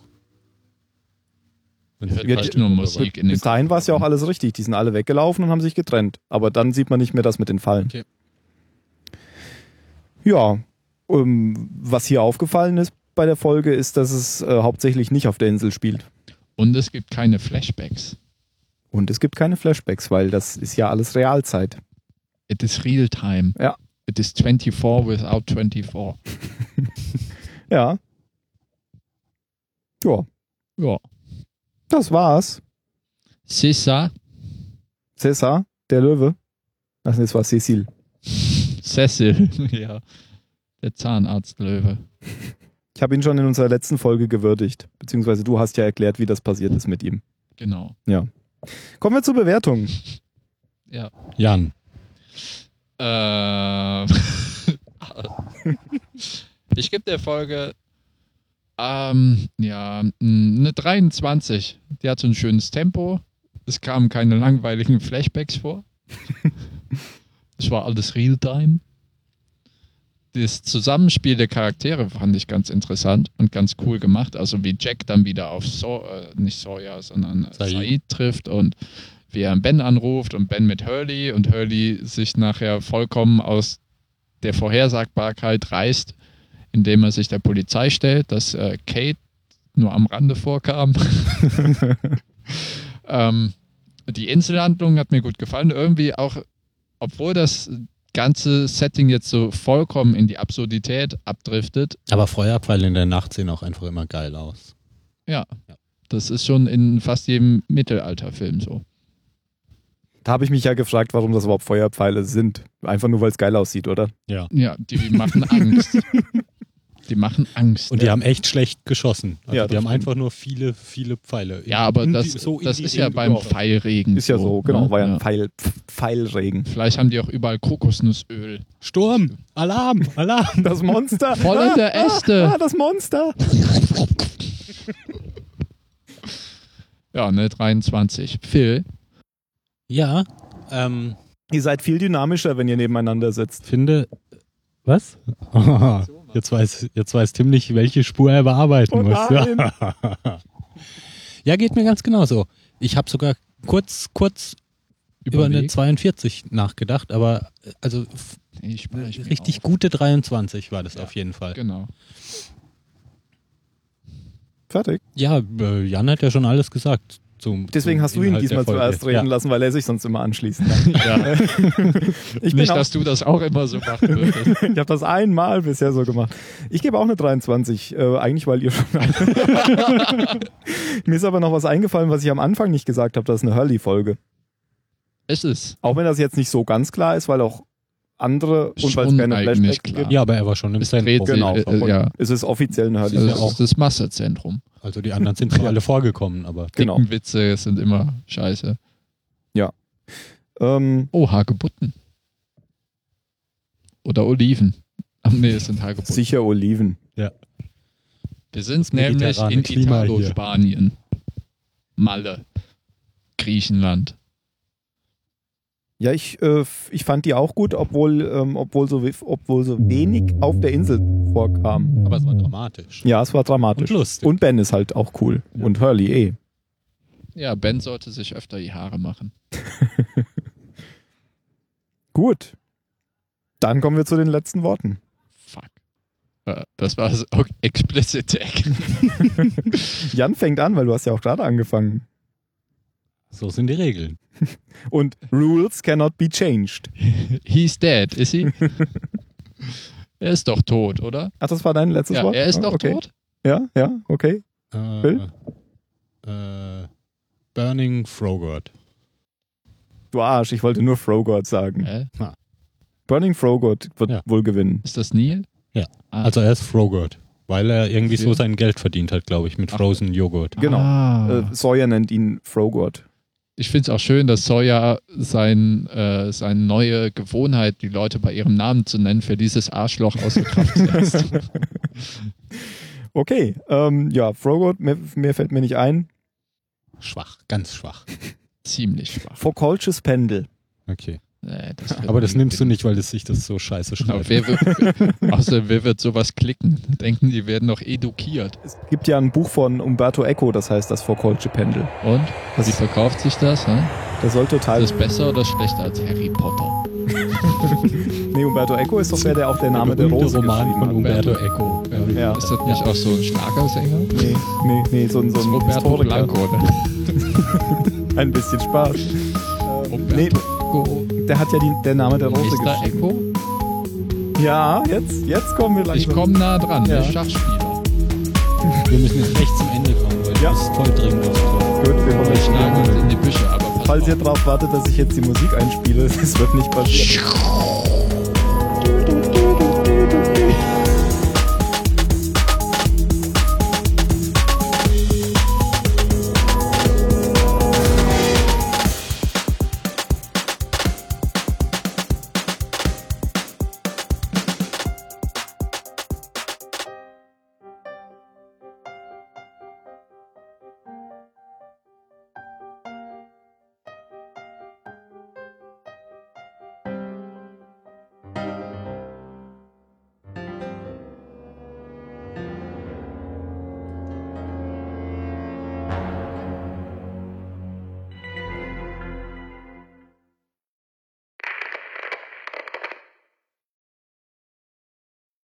Speaker 3: Hört
Speaker 2: Ja,
Speaker 3: fast
Speaker 2: die-
Speaker 3: halt nur Musik in den
Speaker 2: Bis dahin war es ja auch alles richtig. Die sind alle weggelaufen und haben sich getrennt. Aber dann sieht man nicht mehr das mit den Fallen.
Speaker 4: Okay.
Speaker 2: Ja, ähm, was hier aufgefallen ist bei der Folge, ist, dass es äh, hauptsächlich nicht auf der Insel spielt.
Speaker 3: Und es gibt keine Flashbacks.
Speaker 2: Und es gibt keine Flashbacks, weil das ist ja alles Realzeit.
Speaker 3: It is real time.
Speaker 2: Ja.
Speaker 3: It is 24 without 24.
Speaker 2: Ja. Ja,
Speaker 3: Ja.
Speaker 2: das war's.
Speaker 3: César,
Speaker 2: César, der Löwe. Ach, nee, das war Cecil.
Speaker 3: Cecil, (laughs) ja. Der Zahnarztlöwe.
Speaker 2: Ich habe ihn schon in unserer letzten Folge gewürdigt. Beziehungsweise du hast ja erklärt, wie das passiert ist mit ihm.
Speaker 3: Genau.
Speaker 2: Kommen wir zur Bewertung.
Speaker 4: Jan,
Speaker 3: Äh, (laughs) ich gebe der Folge ähm, ja, ne mh, eine 23. Die hat so ein schönes Tempo. Es kamen keine langweiligen Flashbacks vor. es war alles Realtime. Das Zusammenspiel der Charaktere fand ich ganz interessant und ganz cool gemacht. Also wie Jack dann wieder auf so äh, nicht Sawyer, sondern Said.
Speaker 4: Said.
Speaker 3: Said trifft und wie er Ben anruft und Ben mit Hurley und Hurley sich nachher vollkommen aus der Vorhersagbarkeit reißt, indem er sich der Polizei stellt, dass äh, Kate nur am Rande vorkam. ähm, die Inselhandlung hat mir gut gefallen. Irgendwie auch, obwohl das ganze Setting jetzt so vollkommen in die Absurdität abdriftet,
Speaker 4: aber Feuerpfeile in der Nacht sehen auch einfach immer geil aus.
Speaker 3: ja, das ist schon in fast jedem Mittelalterfilm so.
Speaker 2: Da habe ich mich ja gefragt, warum das überhaupt Feuerpfeile sind. Einfach nur, weil es geil aussieht, oder?
Speaker 3: Ja, die
Speaker 2: (laughs)
Speaker 3: machen Angst. Die machen Angst.
Speaker 4: Und die haben echt schlecht geschossen. Also
Speaker 2: Ja,
Speaker 4: die
Speaker 2: das
Speaker 4: haben
Speaker 2: stimmt.
Speaker 4: einfach nur viele, viele Pfeile. in-
Speaker 3: Ja, aber
Speaker 4: in
Speaker 3: das,
Speaker 4: die- so in
Speaker 3: das
Speaker 4: die
Speaker 3: ist ja
Speaker 4: Hände
Speaker 3: beim
Speaker 4: geworfen.
Speaker 3: Pfeilregen.
Speaker 2: Ist ja so, genau.
Speaker 3: ne?
Speaker 2: War ja ein Pfeil, Pf- Pfeilregen. (laughs)
Speaker 3: Vielleicht haben die auch überall Kokosnussöl.
Speaker 4: Sturm! Alarm! Alarm!
Speaker 2: Das Monster.
Speaker 3: Vollende
Speaker 2: Ah, (laughs)
Speaker 3: Äste.
Speaker 2: das Monster.
Speaker 3: Ja, ne, 23. Phil,
Speaker 4: Ja, ähm,
Speaker 2: Ihr seid viel dynamischer, wenn ihr nebeneinander sitzt.
Speaker 4: finde. Was? (laughs) jetzt, weiß, jetzt weiß Tim nicht, welche Spur er bearbeiten
Speaker 2: Oh
Speaker 4: muss.
Speaker 2: nein.
Speaker 4: ja, geht mir ganz genauso. Ich habe sogar kurz, kurz über eine
Speaker 3: überleg.
Speaker 4: 42 nachgedacht, aber äh, also f-
Speaker 3: Ich spreche mir
Speaker 4: richtig
Speaker 3: auf.
Speaker 4: gute 23 war das
Speaker 3: Ja.
Speaker 4: auf jeden Fall.
Speaker 3: Genau.
Speaker 2: Fertig.
Speaker 4: Ja, äh, Jan hat ja schon alles gesagt. Zum,
Speaker 2: Deswegen
Speaker 4: zum
Speaker 2: hast du ihn
Speaker 4: Inhalt der
Speaker 2: diesmal
Speaker 4: Folge.
Speaker 2: zuerst reden
Speaker 4: ja.
Speaker 2: lassen, weil er sich sonst immer anschließt. (laughs) Ich, bin
Speaker 3: Nicht,
Speaker 2: auch-
Speaker 3: dass du das auch immer so machen
Speaker 2: (laughs)
Speaker 3: würdest.
Speaker 2: ich habe das einmal bisher so gemacht. Ich gebe auch eine 23, äh, eigentlich weil ihr schon... (laughs) Mir ist aber noch was eingefallen, was ich am Anfang nicht gesagt habe, das ist eine Hurley-Folge.
Speaker 3: Es ist.
Speaker 2: Auch wenn das jetzt nicht so ganz klar ist, weil auch andere... Und weil es
Speaker 3: Schon
Speaker 2: keine
Speaker 3: eigentlich
Speaker 2: Flashbacks
Speaker 3: klar.
Speaker 2: gibt,
Speaker 4: Ja, aber er war schon im
Speaker 3: Es dreht
Speaker 4: Zentrum.
Speaker 3: sich,
Speaker 2: Genau,
Speaker 3: äh, äh, ja.
Speaker 2: es ist offiziell eine
Speaker 3: Also
Speaker 2: Hurley-Folge.
Speaker 3: es ist das Massezentrum.
Speaker 4: Also die anderen sind zwar alle vorgekommen, aber
Speaker 2: Genau.
Speaker 3: Dicken Witze sind immer scheiße.
Speaker 2: Ähm,
Speaker 3: Oh, Hagebutten. Oder Oliven. Ach nee, es sind Hagebutten.
Speaker 2: sicher Oliven.
Speaker 3: Wir sind nämlich
Speaker 4: mediterrane
Speaker 3: in
Speaker 4: Klima
Speaker 3: Italo,
Speaker 4: hier.
Speaker 3: Spanien, Malle, Griechenland.
Speaker 2: Ja, ich, äh, f- ich fand die auch gut, obwohl, ähm, obwohl, so, we- obwohl so wenig auf der Insel vorkam.
Speaker 4: Aber es war dramatisch.
Speaker 2: Ja, es war dramatisch.
Speaker 4: Und lustig.
Speaker 2: Und Ben ist halt auch cool. Und Hurley eh.
Speaker 3: Ja, Ben sollte sich öfter die Haare machen.
Speaker 2: Gut. Dann kommen wir zu den letzten Worten.
Speaker 3: Fuck. Äh, Das war so- okay, explicit Tag.
Speaker 2: Jan fängt an, weil du hast ja auch gerade angefangen.
Speaker 4: So sind die Regeln.
Speaker 2: Und Rules cannot be changed. (laughs)
Speaker 3: He's dead, is he? Er ist doch tot, oder?
Speaker 2: Ach, das war dein letztes
Speaker 3: ja,
Speaker 2: Wort?
Speaker 3: er ist
Speaker 2: Ah,
Speaker 3: doch
Speaker 2: okay.
Speaker 3: tot.
Speaker 2: Ja, ja, okay.
Speaker 4: Äh,
Speaker 2: Will?
Speaker 4: äh, Burning Frogod.
Speaker 2: Du Arsch, ich wollte nur Frogod sagen.
Speaker 3: Hä?
Speaker 2: Burning Frogod wird
Speaker 4: Ja.
Speaker 2: wohl gewinnen.
Speaker 3: Ist das Neil?
Speaker 4: Ja.
Speaker 3: Ah.
Speaker 4: Also er ist Frogod, weil er irgendwie so
Speaker 3: Sehr.
Speaker 4: sein Geld verdient hat, glaube ich, mit
Speaker 3: Ach.
Speaker 4: Frozen Joghurt.
Speaker 2: genau.
Speaker 3: Ah.
Speaker 2: Äh, Sawyer nennt ihn Frogod.
Speaker 3: ich finde es auch schön, dass Sawyer sein, äh, seine neue Gewohnheit, die Leute bei ihrem Namen zu nennen, für dieses Arschloch außer Kraft setzt.
Speaker 2: Okay, ähm, ja, Frogod, mehr, mehr fällt mir nicht ein.
Speaker 4: Schwach, ganz schwach.
Speaker 3: Ziemlich schwach.
Speaker 2: Foucault'sches Pendel.
Speaker 4: Okay.
Speaker 3: Nee, das wird
Speaker 4: Aber das
Speaker 3: nie
Speaker 4: nimmst du
Speaker 3: gewinnen.
Speaker 4: nicht, weil es sich das so scheiße
Speaker 3: Aber
Speaker 4: schreibt.
Speaker 3: wer wird, außer wer wird sowas klicken? Denken, die werden noch edukiert.
Speaker 2: Es gibt ja ein Buch von Umberto Eco, das heißt das Foucault'sche Pendel.
Speaker 3: Und?
Speaker 2: Das,
Speaker 3: Wie verkauft sich das? Hä?
Speaker 2: das soll total...
Speaker 3: Ist das besser oder schlechter als Harry Potter?
Speaker 2: nee, Umberto Eco ist doch der, der auch der Name der,
Speaker 4: berühmte
Speaker 2: Rose
Speaker 4: Roman von
Speaker 2: geschrieben hat.
Speaker 4: Umberto Eco.
Speaker 2: Ja.
Speaker 3: Ist das nicht auch so ein Schlagersänger?
Speaker 2: Nee, nee, nee, so ein, so
Speaker 3: Das
Speaker 2: ein
Speaker 3: ist Roberto
Speaker 2: Historiker.
Speaker 3: Blanco, oder?
Speaker 2: Ein bisschen Spaß. Ähm, nee,
Speaker 3: Roberto
Speaker 2: der hat ja die, der Name der Rose
Speaker 3: Mr.
Speaker 2: geschrieben.
Speaker 3: Echo?
Speaker 2: Ja, jetzt, jetzt kommen wir langsam.
Speaker 3: Ich komme nah dran,
Speaker 2: Ja.
Speaker 3: der Schachspieler.
Speaker 4: Wir müssen jetzt echt zum Ende kommen, weil
Speaker 2: Ja.
Speaker 4: du bist voll dringend auf Tour.
Speaker 2: Gut, wir
Speaker 3: Wir schlagen uns
Speaker 2: wollen
Speaker 3: in die Büsche, aber pass
Speaker 2: Falls (laughs)
Speaker 3: auf.
Speaker 2: ihr drauf wartet, dass ich jetzt die Musik einspiele, es wird nicht passieren.